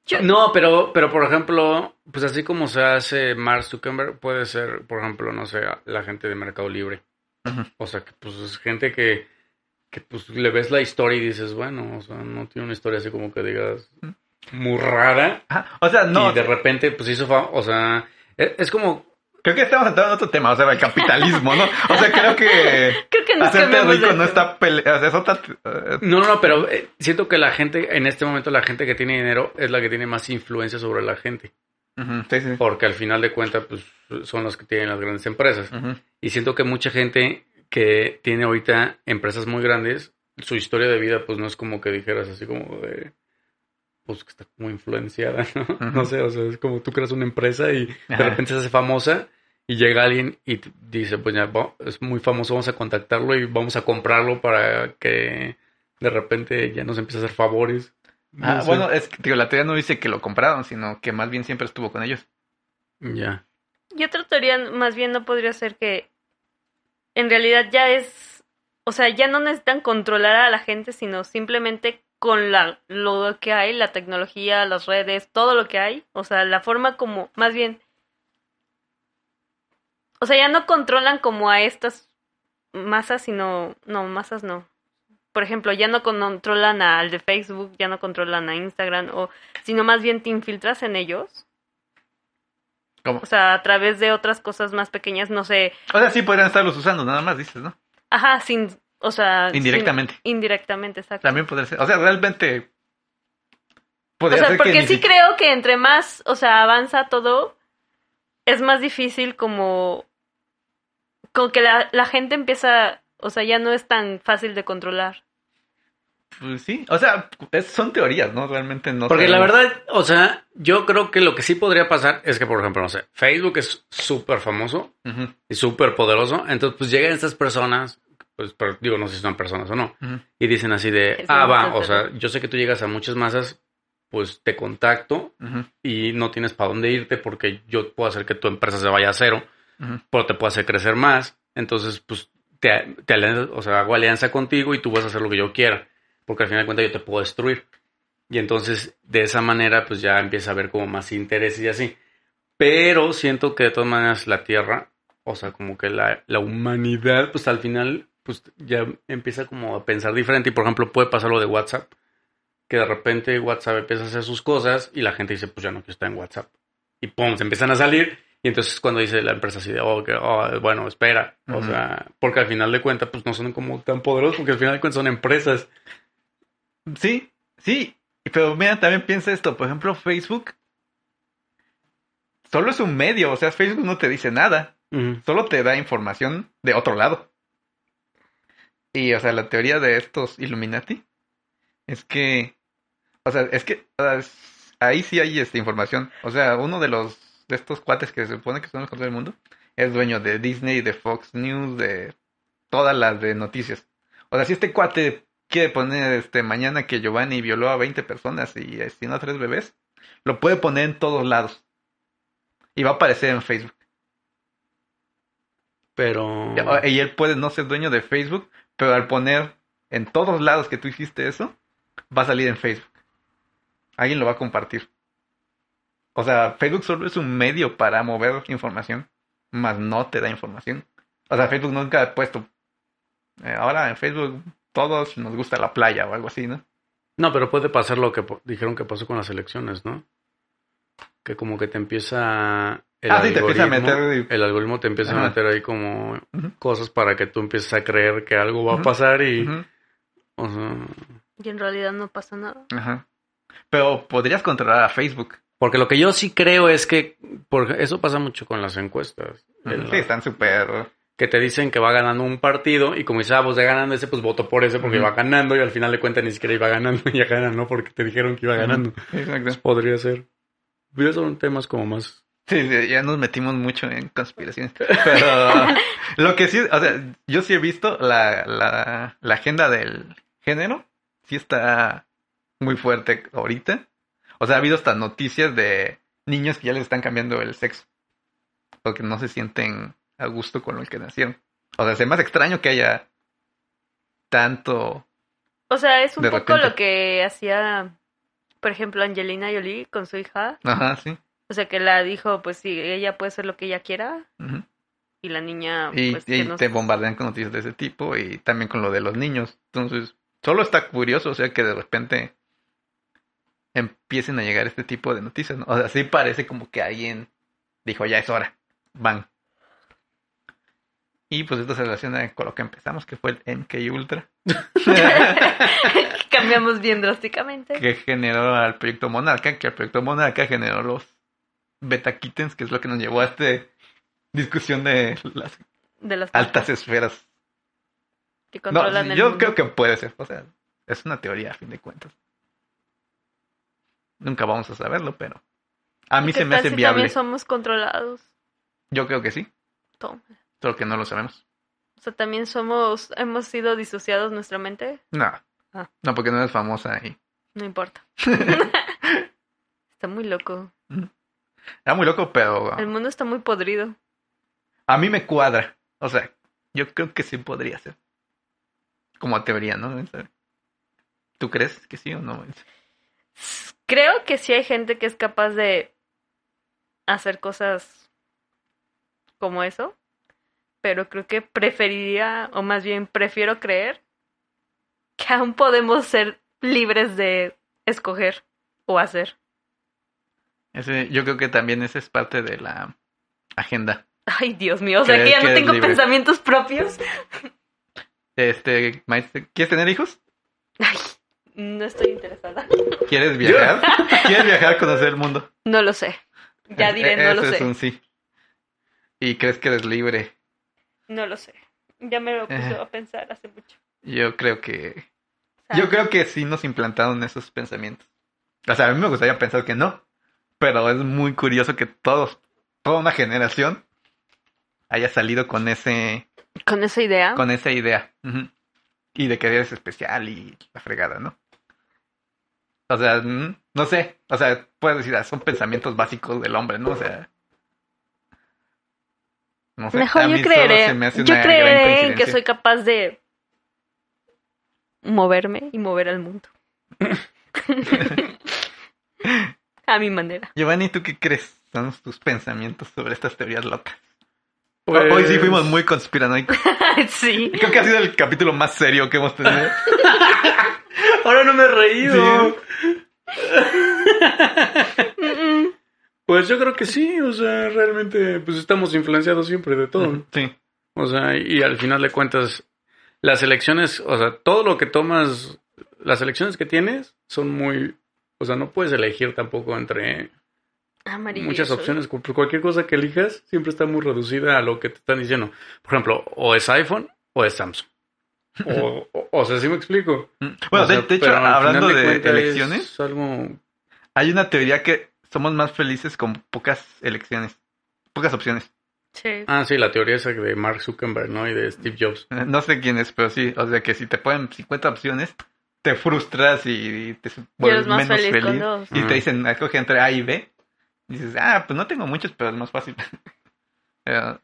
S2: Yo-
S3: No, pero, pero por ejemplo, pues así como se hace Mark Zuckerberg, puede ser, por ejemplo, no sé, la gente de Mercado Libre.
S1: Ujú.
S3: O sea, que pues es gente que, que pues le ves la historia y dices, bueno, o sea, no tiene una historia así como que digas muy rara.
S1: Ajá. O sea, Mm. no, eh.
S3: y de repente, pues hizo, fa- o sea, e- es como
S1: creo que estamos entrando en otro tema, o sea, el capitalismo, ¿no? O sea, creo
S2: <laughs>
S1: que
S2: Creo que nos
S1: hacerte
S2: cambiamos de
S1: rico no
S2: tema.
S1: está pele- o sea, es otra... eh,
S3: No, no, no, pero eh, siento que la gente, en este momento, la gente que tiene dinero es la que tiene más influencia sobre la gente.
S1: ujú, sí, sí.
S3: Porque al final de cuentas, pues, son los que tienen las grandes empresas.
S1: Ujú.
S3: Y siento que mucha gente que tiene ahorita empresas muy grandes, su historia de vida, pues, no es como que dijeras así como de... Pues, que está como influenciada, <laughs> ¿no? No sé, o sea, es como tú creas una empresa y de
S1: Ajá.
S3: repente se hace famosa y llega alguien y t- dice, pues ya, va- es muy famoso, vamos a contactarlo y vamos a comprarlo para que de repente ya nos empiece a hacer favores. No
S1: Ah,
S3: sé.
S1: bueno, es que digo, la teoría no dice que lo compraron, sino que más bien siempre estuvo con ellos.
S3: Ya.
S2: Y otra teoría más bien no podría ser que en realidad ya es, o sea, ya no necesitan controlar a la gente, sino simplemente con la, lo que hay, la tecnología, las redes, todo lo que hay, o sea, la forma como, más bien, o sea, ya no controlan como a estas masas, sino, no, masas no. Por ejemplo, ya no controlan al de Facebook, ya no controlan a Instagram, o, sino más bien te infiltras en ellos
S1: Como-
S2: o sea, a través de otras cosas más pequeñas, no sé,
S1: O sea, sí podrían estarlos usando, nada más dices, ¿no?
S2: ajá, sin, o sea, sin-
S1: Indirectamente.
S2: indirectamente, exacto.
S1: También podría ser. O sea, realmente.
S2: O
S1: Podría
S2: sea,
S1: ser que
S2: porque
S1: ni
S2: sí
S1: si-
S2: creo que entre más, o sea, avanza todo, es más difícil como, con que la, la gente empieza, o sea, ya no es tan fácil de controlar.
S1: Pues sí, o sea, es- son teorías, ¿no? Realmente no.
S3: Porque la
S1: sabemos.
S3: verdad, o sea, yo creo que lo que sí podría pasar es que, por ejemplo, no sé, Facebook es súper famoso
S1: Ujú,
S3: y súper poderoso. Entonces, pues llegan estas personas, pues pero digo, no sé si son personas o no,
S1: ujú.
S3: y dicen así de,
S2: Es una
S3: ah, va,
S2: cosa
S3: o sea, yo sé que tú llegas a muchas masas, pues te contacto
S1: Ujú,
S3: y no tienes para dónde irte porque yo puedo hacer que tu empresa se vaya a cero,
S1: ujú.
S3: pero te puedo hacer crecer más. Entonces, pues te, te alian- o sea, hago alianza contigo y tú vas a hacer lo que yo quiera, porque al final de cuentas yo te puedo destruir. Y entonces, de esa manera, pues ya empieza a haber como más intereses y así. Pero siento que de todas maneras la Tierra, o sea, como que la, la humanidad, pues al final, pues ya empieza como a pensar diferente. Y por ejemplo, puede pasar lo de WhatsApp, que de repente WhatsApp empieza a hacer sus cosas y la gente dice, pues ya no quiero estar en WhatsApp. Y pum, se empiezan a salir. Y entonces cuando dice la empresa así de, oh, que- oh, bueno, espera. O
S1: Ujú.
S3: sea, porque al final de cuentas, pues no son como tan poderosos, porque al final de cuentas son empresas.
S1: Sí, sí. Pero mira, también piensa esto. Por ejemplo, Facebook solo es un medio. O sea, Facebook no te dice nada. Solo te da información de otro lado. Y, o sea, la teoría de estos Illuminati es que, o sea, es que o sea, es- ahí sí hay esta información. O sea, uno de los de estos cuates que se supone que son los contra del mundo es dueño de Disney, de Fox News, de todas las de noticias. O sea, si este cuate quiere poner este mañana que Giovanni violó a 20 personas y destinó a tres bebés, lo puede poner en todos lados. Y va a aparecer en Facebook.
S3: Pero...
S1: Ya, Y él puede no ser dueño de Facebook, pero al poner en todos lados que tú hiciste eso, va a salir en Facebook. Alguien lo va a compartir. O sea, Facebook solo es un medio para mover información, más no te da información. O sea, Facebook nunca ha puesto. eh, ahora en Facebook todos nos gusta la playa o algo así, ¿no?
S3: No, pero puede pasar lo que po- dijeron que pasó con las elecciones, ¿no? Que como que te empieza el
S1: Ah, sí, te empieza a
S3: algoritmo-
S1: meter-
S3: el algoritmo te empieza
S1: Ajá.
S3: a meter ahí como
S1: Ujú.
S3: cosas para que tú empieces a creer que algo va
S1: Ujú.
S3: a pasar y
S1: Ujú,
S3: o sea,
S2: Y en realidad no pasa nada.
S1: ajá. Pero podrías controlar a Facebook.
S3: porque lo que yo sí creo es que por eso pasa mucho con las encuestas. En
S1: Sí,
S3: la-
S1: están
S3: <laughs>
S1: súper.
S3: que te dicen que va ganando un partido y como dices, ah, pues ya ganando ese, pues voto por ese porque
S1: Ujú.
S3: iba ganando y al final de cuentas ni siquiera iba ganando <laughs> y ya ganan, ¿no? Porque te dijeron que iba ganando.
S1: Ujú, exacto.
S3: Pues podría ser. Pero son temas como más...
S1: Sí, sí, ya nos metimos mucho en conspiraciones. Pero lo que sí, o sea, yo sí he visto la, la, la agenda del género, sí está muy fuerte ahorita. O sea, ha habido hasta noticias de niños que ya les están cambiando el sexo, porque no se sienten a gusto con lo que nacieron. O sea, es más extraño que haya tanto...
S2: O sea, es un
S1: De
S2: poco
S1: repente.
S2: lo que hacía, por ejemplo, Angelina Jolie con su hija.
S1: Ajá, sí.
S2: O sea, que la dijo, pues sí, ella puede hacer lo que ella quiera.
S1: Ujú.
S2: Y la niña,
S1: Y,
S2: pues
S1: y
S2: que no
S1: te bombardean con noticias de ese tipo y también con lo de los niños. Entonces, solo está curioso, o sea, que de repente empiecen a llegar este tipo de noticias, ¿no? O sea, sí parece como que alguien dijo, ya es hora, van. Y pues esto se relaciona con lo que empezamos, que fue el MK Ultra,
S2: <laughs> cambiamos bien drásticamente.
S1: que generó al proyecto Monarca, que el proyecto Monarca generó los Beta Kittens, que es lo que nos llevó a esta discusión de las
S2: De las
S1: altas esferas
S2: que
S1: No,
S2: controlan el
S1: yo
S2: mundo.
S1: creo que puede ser. O sea, es una teoría a fin de cuentas. Nunca vamos a saberlo, pero a mí
S2: ¿Qué
S1: se me
S2: tal
S1: hace
S2: si
S1: viable.
S2: también somos controlados.
S1: Yo creo que sí,
S2: Toma.
S1: solo que no lo sabemos.
S2: O sea, también somos, hemos sido disociados nuestra mente.
S1: No,
S2: Ah.
S1: no, porque no eres famosa y <laughs>
S2: No importa. está muy loco.
S1: era muy loco, pero
S2: El mundo está muy podrido.
S1: a mí me cuadra. O sea, yo creo que sí podría ser. Como teoría, ¿no? ¿Tú crees que sí o no?
S2: Creo que sí hay gente que es capaz de hacer cosas como eso, pero creo que preferiría, o más bien prefiero creer, que aún podemos ser libres de escoger o hacer.
S1: Ese- yo creo que también esa es parte de la agenda.
S2: Ay, Dios mío, o sea,
S1: Creer
S2: que ya
S1: que
S2: no
S1: eres
S2: tengo
S1: libre.
S2: pensamientos propios.
S1: Este, maestro, ¿quieres tener hijos?
S2: Ay, no estoy interesada.
S1: ¿Quieres viajar? ¿Quieres viajar a conocer el mundo?
S2: No lo sé. Ya
S1: Es-
S2: diré,
S1: e-
S2: no lo
S1: ese es
S2: sé.
S1: un sí. ¿Y crees que eres libre?
S2: No lo sé. Ya me lo puse
S1: Ajá.
S2: a pensar hace mucho.
S1: Yo creo que
S2: Ah.
S1: Yo creo que sí nos implantaron esos pensamientos. O sea, a mí me gustaría pensar que no, pero es muy curioso que todos, toda una generación haya salido con ese,
S2: Con esa idea.
S1: con esa idea. Ujú. Y de que eres especial y la fregada, ¿no? O sea, mm, no sé, o sea, puedes decir, ah, son pensamientos básicos del hombre, ¿no? O sea, no sé, a
S2: Mejor
S1: mí
S2: yo
S1: solo se me
S2: creeré.
S1: hace una
S2: Yo
S1: gran
S2: creeré en que
S1: coincidencia.
S2: soy capaz de moverme y mover
S1: <laughs>
S2: al mundo. A mi manera. <laughs>
S1: Giovanni, ¿tú qué crees? Son tus pensamientos sobre estas teorías locas.
S3: Pues-
S1: Ah, Hoy sí fuimos muy conspiranoicos.
S2: sí.
S1: Creo que ha sido el capítulo más serio que hemos
S3: <laughs>
S1: tenido.
S3: <laughs> Ahora no me he reído.
S2: Mm, mm.
S3: Pues yo creo que sí, o sea, realmente pues estamos influenciados siempre de todo.
S1: Sí.
S3: O sea, y al final de cuentas, las elecciones, o sea, todo lo que tomas, las elecciones que tienes son muy, o sea, no puedes elegir tampoco entre
S2: Amarillo
S3: muchas
S2: soy.
S3: opciones. Cu- Cualquier cosa que elijas siempre está muy reducida a lo que te están diciendo. Por ejemplo, o es iPhone o
S1: <laughs>
S3: es Samsung. O, o, o sea, sí me explico.
S1: Mm. Bueno,
S3: O sea,
S1: de, de hecho,
S3: pero al final
S1: hablando de,
S3: cuentas
S1: elecciones,
S3: es algo
S1: hay una teoría que somos más felices con pocas elecciones, pocas opciones. <laughs>
S2: Sí.
S3: Ah, sí, la teoría esa de Mark Zuckerberg, ¿no? Y de Steve Jobs.
S1: Eh, No sé quién es, pero sí, o sea que si te ponen 50 opciones, te frustras y te
S2: Y eres
S1: vuelves
S2: más
S1: menos
S2: feliz
S1: feliz.
S2: con dos.
S1: Y te
S3: Ah.
S1: dicen, escoge entre A y B. Y dices, ah, pues no tengo muchos, pero es más fácil. <laughs> Eh,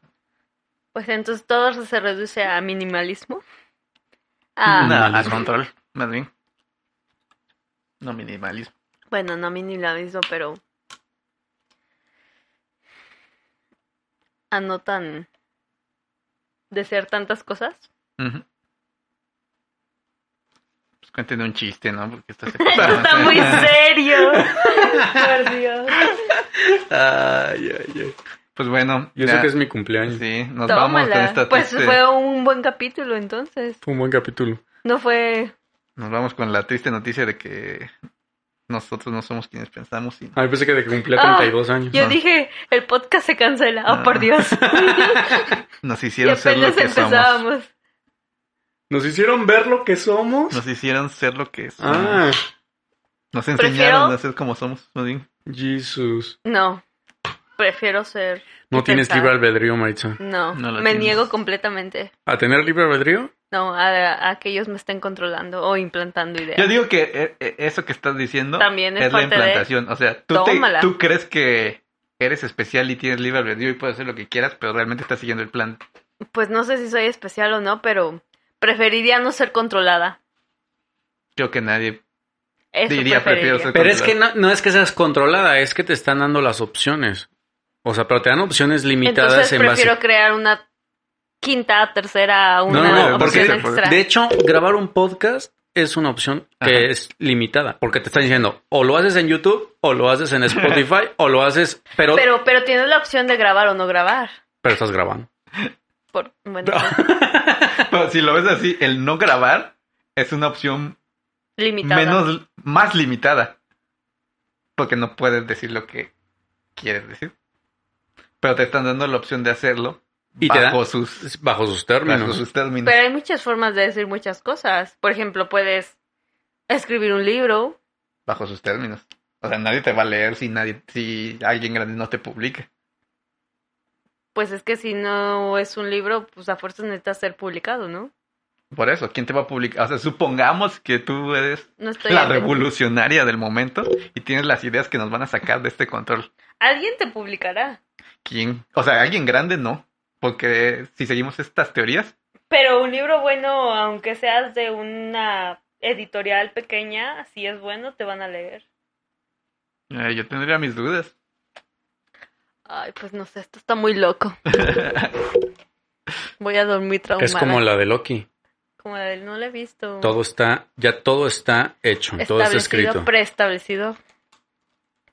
S2: Pues entonces todo se reduce a minimalismo. Ah, A,
S1: no,
S3: Minimalismo.
S1: al control, más bien. No minimalismo.
S2: Bueno, no minimalismo, pero. A no tan. Desear tantas cosas.
S1: Ujú. Pues cuéntenme un chiste, ¿no? Porque
S2: <laughs>
S1: esto se
S2: Eso
S1: pasa,
S2: está
S1: ¿no?
S2: muy serio. Por Dios.
S3: Ay, ay, ay.
S1: Pues bueno,
S3: Y eso
S1: ya,
S3: que es mi cumpleaños.
S1: sí, nos vamos con
S2: Tómala.
S1: esta
S2: Pues
S1: triste,
S2: fue un buen capítulo entonces.
S3: Fue un buen capítulo.
S2: No fue.
S1: nos vamos con la triste noticia de que nosotros no somos quienes pensamos y
S3: A mí pensé que de que cumplía
S2: Ah,
S3: 32 años.
S2: Yo
S1: No.
S2: dije, el podcast se cancela. Oh,
S1: No.
S2: por Dios.
S1: <laughs> nos
S2: y
S1: hicieron ser lo
S2: apenas
S1: que somos.
S2: empezábamos.
S3: Nos hicieron ver lo que somos.
S1: Nos hicieron ser lo que somos.
S3: Ah,
S1: nos
S2: prefiero-
S1: enseñaron a ser como somos. más bien.
S3: Jesús.
S2: No. Prefiero ser.
S3: No tienes
S2: pensar.
S3: libre albedrío, Maritza.
S2: No.
S1: No lo
S2: me
S1: tienes.
S2: niego completamente.
S3: ¿A tener libre albedrío?
S2: No, a, a que ellos me estén controlando o implantando ideas.
S1: Yo digo que eh, eh, eso que estás diciendo
S2: También es
S1: la
S2: parte de-
S1: implantación. O sea, tú, te-
S2: Tómala.
S1: tú crees que eres especial y tienes libre albedrío y puedes hacer lo que quieras, pero realmente estás siguiendo el plan.
S2: Pues no sé si soy especial o no, pero preferiría no ser controlada.
S1: Creo que nadie <laughs>
S2: Eso
S1: Diría,
S2: preferiría.
S1: prefiero ser-
S3: Pero es que no, no es que seas controlada, es que te están dando las opciones. O sea, pero te dan opciones limitadas
S2: Entonces
S3: en base
S2: prefiero crear una quinta, tercera, una
S3: no, no,
S2: opción
S3: porque
S2: extra.
S3: De hecho, grabar un podcast es una opción que
S1: Ajá.
S3: es limitada, porque te están diciendo, o lo haces en YouTube, o lo haces
S1: <laughs>
S3: en Spotify, o lo haces, pero, pero,
S2: Pero, pero tienes la opción de grabar o no grabar.
S3: estás grabando.
S2: Por, bueno, pues,
S1: Pero si lo ves así, el no grabar es una opción
S2: <laughs> limitada.
S1: menos, más limitada. Porque no puedes decir lo que quieres decir. Pero te están dando la opción de hacerlo
S3: Y te
S1: bajo,
S3: da-
S1: sus,
S3: Bajo sus
S1: bajo
S3: términos.
S1: sus términos.
S2: Pero hay muchas formas de decir muchas cosas. Por ejemplo, puedes escribir un libro.
S1: Bajo sus términos. O sea, nadie te va a leer si nadie, si alguien grande no te publica.
S2: Pues es que si no es un libro, pues a fuerza necesita ser publicado, ¿no?
S1: Por eso, ¿quién te va a publicar? O sea, supongamos que tú eres
S2: No estoy
S1: la
S2: atenta.
S1: revolucionaria del momento y tienes las ideas que nos van a sacar de este control.
S2: Alguien te publicará.
S1: ¿Quién? O sea, alguien grande no. Porque si seguimos estas teorías,
S2: Pero un libro bueno, aunque seas de una editorial pequeña, si es bueno, te van a leer.
S1: eh, yo tendría mis dudas.
S2: Ay, pues no sé, esto está muy
S3: <laughs>
S2: loco. Voy a dormir traumada.
S3: Es como la de Loki.
S2: Como la del no la he visto.
S3: Todo está, ya todo está hecho, todo está
S2: Establecido,
S3: escrito.
S2: preestablecido.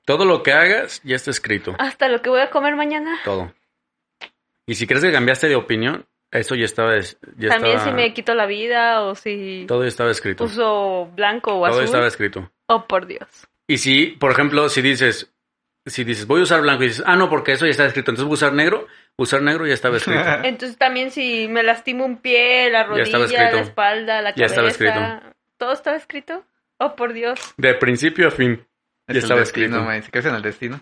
S3: Todo lo que hagas ya está escrito,
S2: Hasta lo que voy a comer mañana.
S3: todo. Y si crees que cambiaste de opinión, eso ya estaba, es- ya
S2: También
S3: estaba-
S2: si me quito la vida o si
S3: todo ya estaba escrito.
S2: uso blanco o
S3: Todo
S2: azul.
S3: estaba escrito.
S2: Oh, por Dios.
S3: Y si, por ejemplo, si dices, si dices, voy a usar blanco y dices, ah, no, porque eso ya está escrito, entonces voy a usar negro, usar negro ya estaba escrito.
S1: <laughs>
S2: Entonces también si me lastimo un pie, la
S3: Ya estaba
S2: rodilla, la
S3: escrito.
S2: espalda, la
S3: Ya
S2: cabeza.
S3: estaba
S2: todo estaba escrito. Oh, por Dios.
S3: De principio a fin.
S1: Es el
S3: Ya estaba
S1: destino,
S3: escrito.
S1: man. Si crees en el <laughs> destino.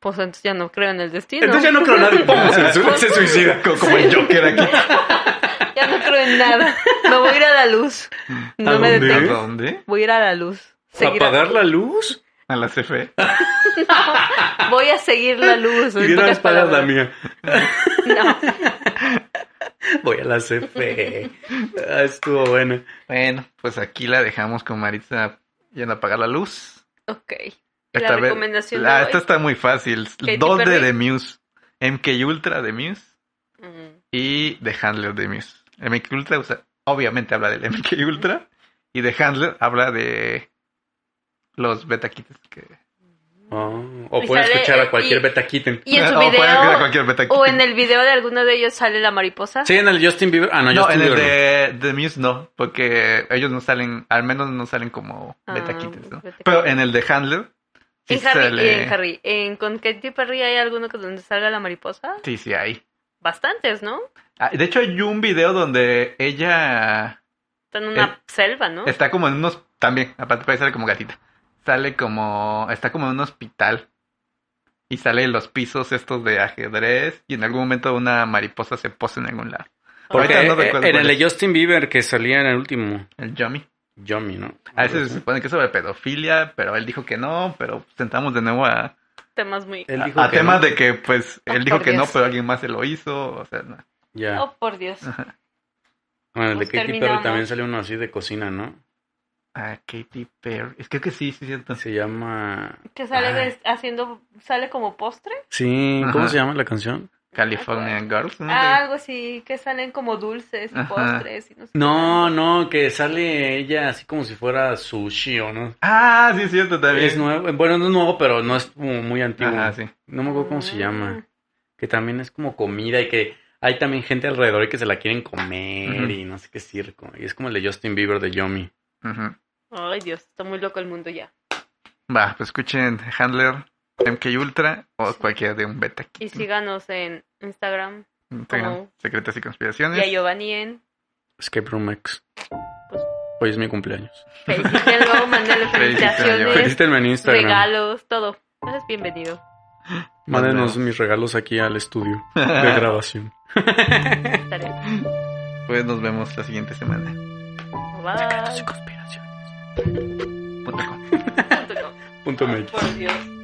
S2: Pues entonces ya no creo en el destino. Pues
S3: Entonces ya no
S2: <laughs>
S3: creo nadie. Vamos, se, su- se suicida.
S1: Co- Como el Joker aquí.
S2: Ya no creo en nada. Me voy a ir a la luz.
S3: ¿A
S2: No me
S3: dónde?
S1: ¿A
S2: detengo.
S1: dónde?
S2: Voy a ir a la luz. Seguir a-
S3: ¿Apagar la luz?
S1: A la E. CFE.
S2: Voy a seguir la luz.
S3: Y
S2: en
S3: de una
S2: pocas
S3: vez pagas la
S2: palabras.
S3: mía.
S2: No.
S3: Voy a
S2: <laughs>
S3: la CFE. Ah, estuvo buena.
S1: Bueno, pues aquí la dejamos con Maritza yendo a apagar la luz.
S2: Ok.
S1: Esta
S2: La
S1: vez-
S2: recomendación
S1: la-
S2: de
S1: esta
S2: hoy.
S1: está muy fácil.
S2: Katy
S1: Dos de
S2: Perry.
S1: The Muse. MK Ultra de Muse
S2: Mm.
S1: y The Handler de Muse. MK Ultra o sea, obviamente habla del MK Ultra y The Handler habla de los beta kits que
S3: Ah, o
S2: Y
S3: pueden
S2: sale,
S3: escuchar
S2: eh,
S3: a cualquier
S2: y-
S3: beta kitten.
S1: <laughs>
S2: Y en su
S1: Ah, O pueden ver a
S2: video.
S1: cualquier beta
S2: O
S1: kit.
S2: en el video de alguno de ellos sale la mariposa.
S3: Sí, en el Justin Bieber. Ah, no,
S1: No,
S3: Justin
S1: en el
S3: Bieber. no.
S1: de, de Muse no, porque ellos no salen, al menos no salen como beta
S2: Ah,
S1: kittens, ¿no?
S2: beta kits.
S1: Pero en el de Handler sí
S2: En Harry,
S1: sale-
S2: y en Harry. En, con Katy Perry hay alguno que donde salga la mariposa.
S1: Sí, sí, hay.
S2: Bastantes, ¿no?
S1: Ah, De hecho, hay un video donde ella
S2: Están en una
S1: Eh,
S2: selva, ¿no?
S1: está como en unos. También, aparte, parece sale como gatita. Sale como. Está como en un hospital. Y sale en los pisos estos de ajedrez. Y en algún momento una mariposa se posa en algún lado.
S3: Porque
S1: Ahorita no
S3: eh,
S1: recuerdo
S3: en
S1: cuál
S3: el
S1: es.
S3: de Justin Bieber que salía en el último.
S1: El Yummy.
S3: Yummy, ¿no?
S1: A veces se supone que Ah, es sobre pedofilia, pero él dijo que no. Pero pues, sentamos de nuevo a,
S2: Temas muy.
S3: Él
S1: a-
S3: dijo
S1: a
S3: que
S1: temas
S3: no.
S1: de que, pues,
S2: Oh,
S1: él dijo
S2: por
S1: que no,
S2: Dios.
S1: pero alguien más se lo hizo. O sea, no.
S3: Ya.
S2: Oh, por Dios.
S1: Ah.
S3: Bueno, el de
S2: pues
S3: Katy Perry
S2: terminamos.
S3: también sale uno así de cocina, ¿no?
S1: Ah, Katy Perry. Es que creo que sí, sí, cierto.
S3: Se llama.
S2: Que sale
S3: Ah.
S2: de- haciendo. Sale como postre.
S3: Sí, ¿cómo
S1: Ajá.
S3: se llama la canción?
S1: California Girls. ¿no?
S2: Ah, algo así. Que salen como dulces y
S1: Ajá.
S2: postres. Y no, sé qué
S3: No,
S2: tanto.
S3: no, que sale ella así como si fuera sushi o no.
S1: Ah, sí, es cierto también.
S3: Es nuevo, bueno, no es nuevo, pero no es como muy antiguo.
S1: Ajá, sí.
S3: No me acuerdo cómo se
S2: Ah.
S3: llama. Que también es como comida y que hay también gente alrededor y que se la quieren comer
S1: Ujú.
S3: y no sé qué circo. Y es como el de Justin Bieber de Yomi.
S1: Ujú.
S2: Ay, Dios. Está muy loco el mundo ya.
S1: Va, pues escuchen Handler, MK Ultra o cualquiera de un beta
S2: Y
S1: kit.
S2: síganos en Instagram.
S1: Tengan
S2: como-
S1: secretas y
S2: Y a
S3: Pues-
S1: conspiraciones.
S2: Giovanni en.
S3: Escape Room X.
S2: Pues-
S3: Hoy es
S1: <laughs>
S3: mi cumpleaños. <laughs>
S2: Felicítenlo. Mándenle
S1: Feliciten a Giovanni.
S2: felicitaciones.
S3: Felicítenme en Instagram.
S2: Regalos. Todo. Eres bienvenido.
S3: Mándenos mis regalos aquí
S1: <laughs>
S3: al estudio de grabación.
S2: Estaré.
S1: Pues nos vemos la siguiente semana.
S2: Bye.
S3: <laughs> conspiraciones.
S1: Punto com.
S2: Punto com.
S3: Punto MX.
S2: Por Dios.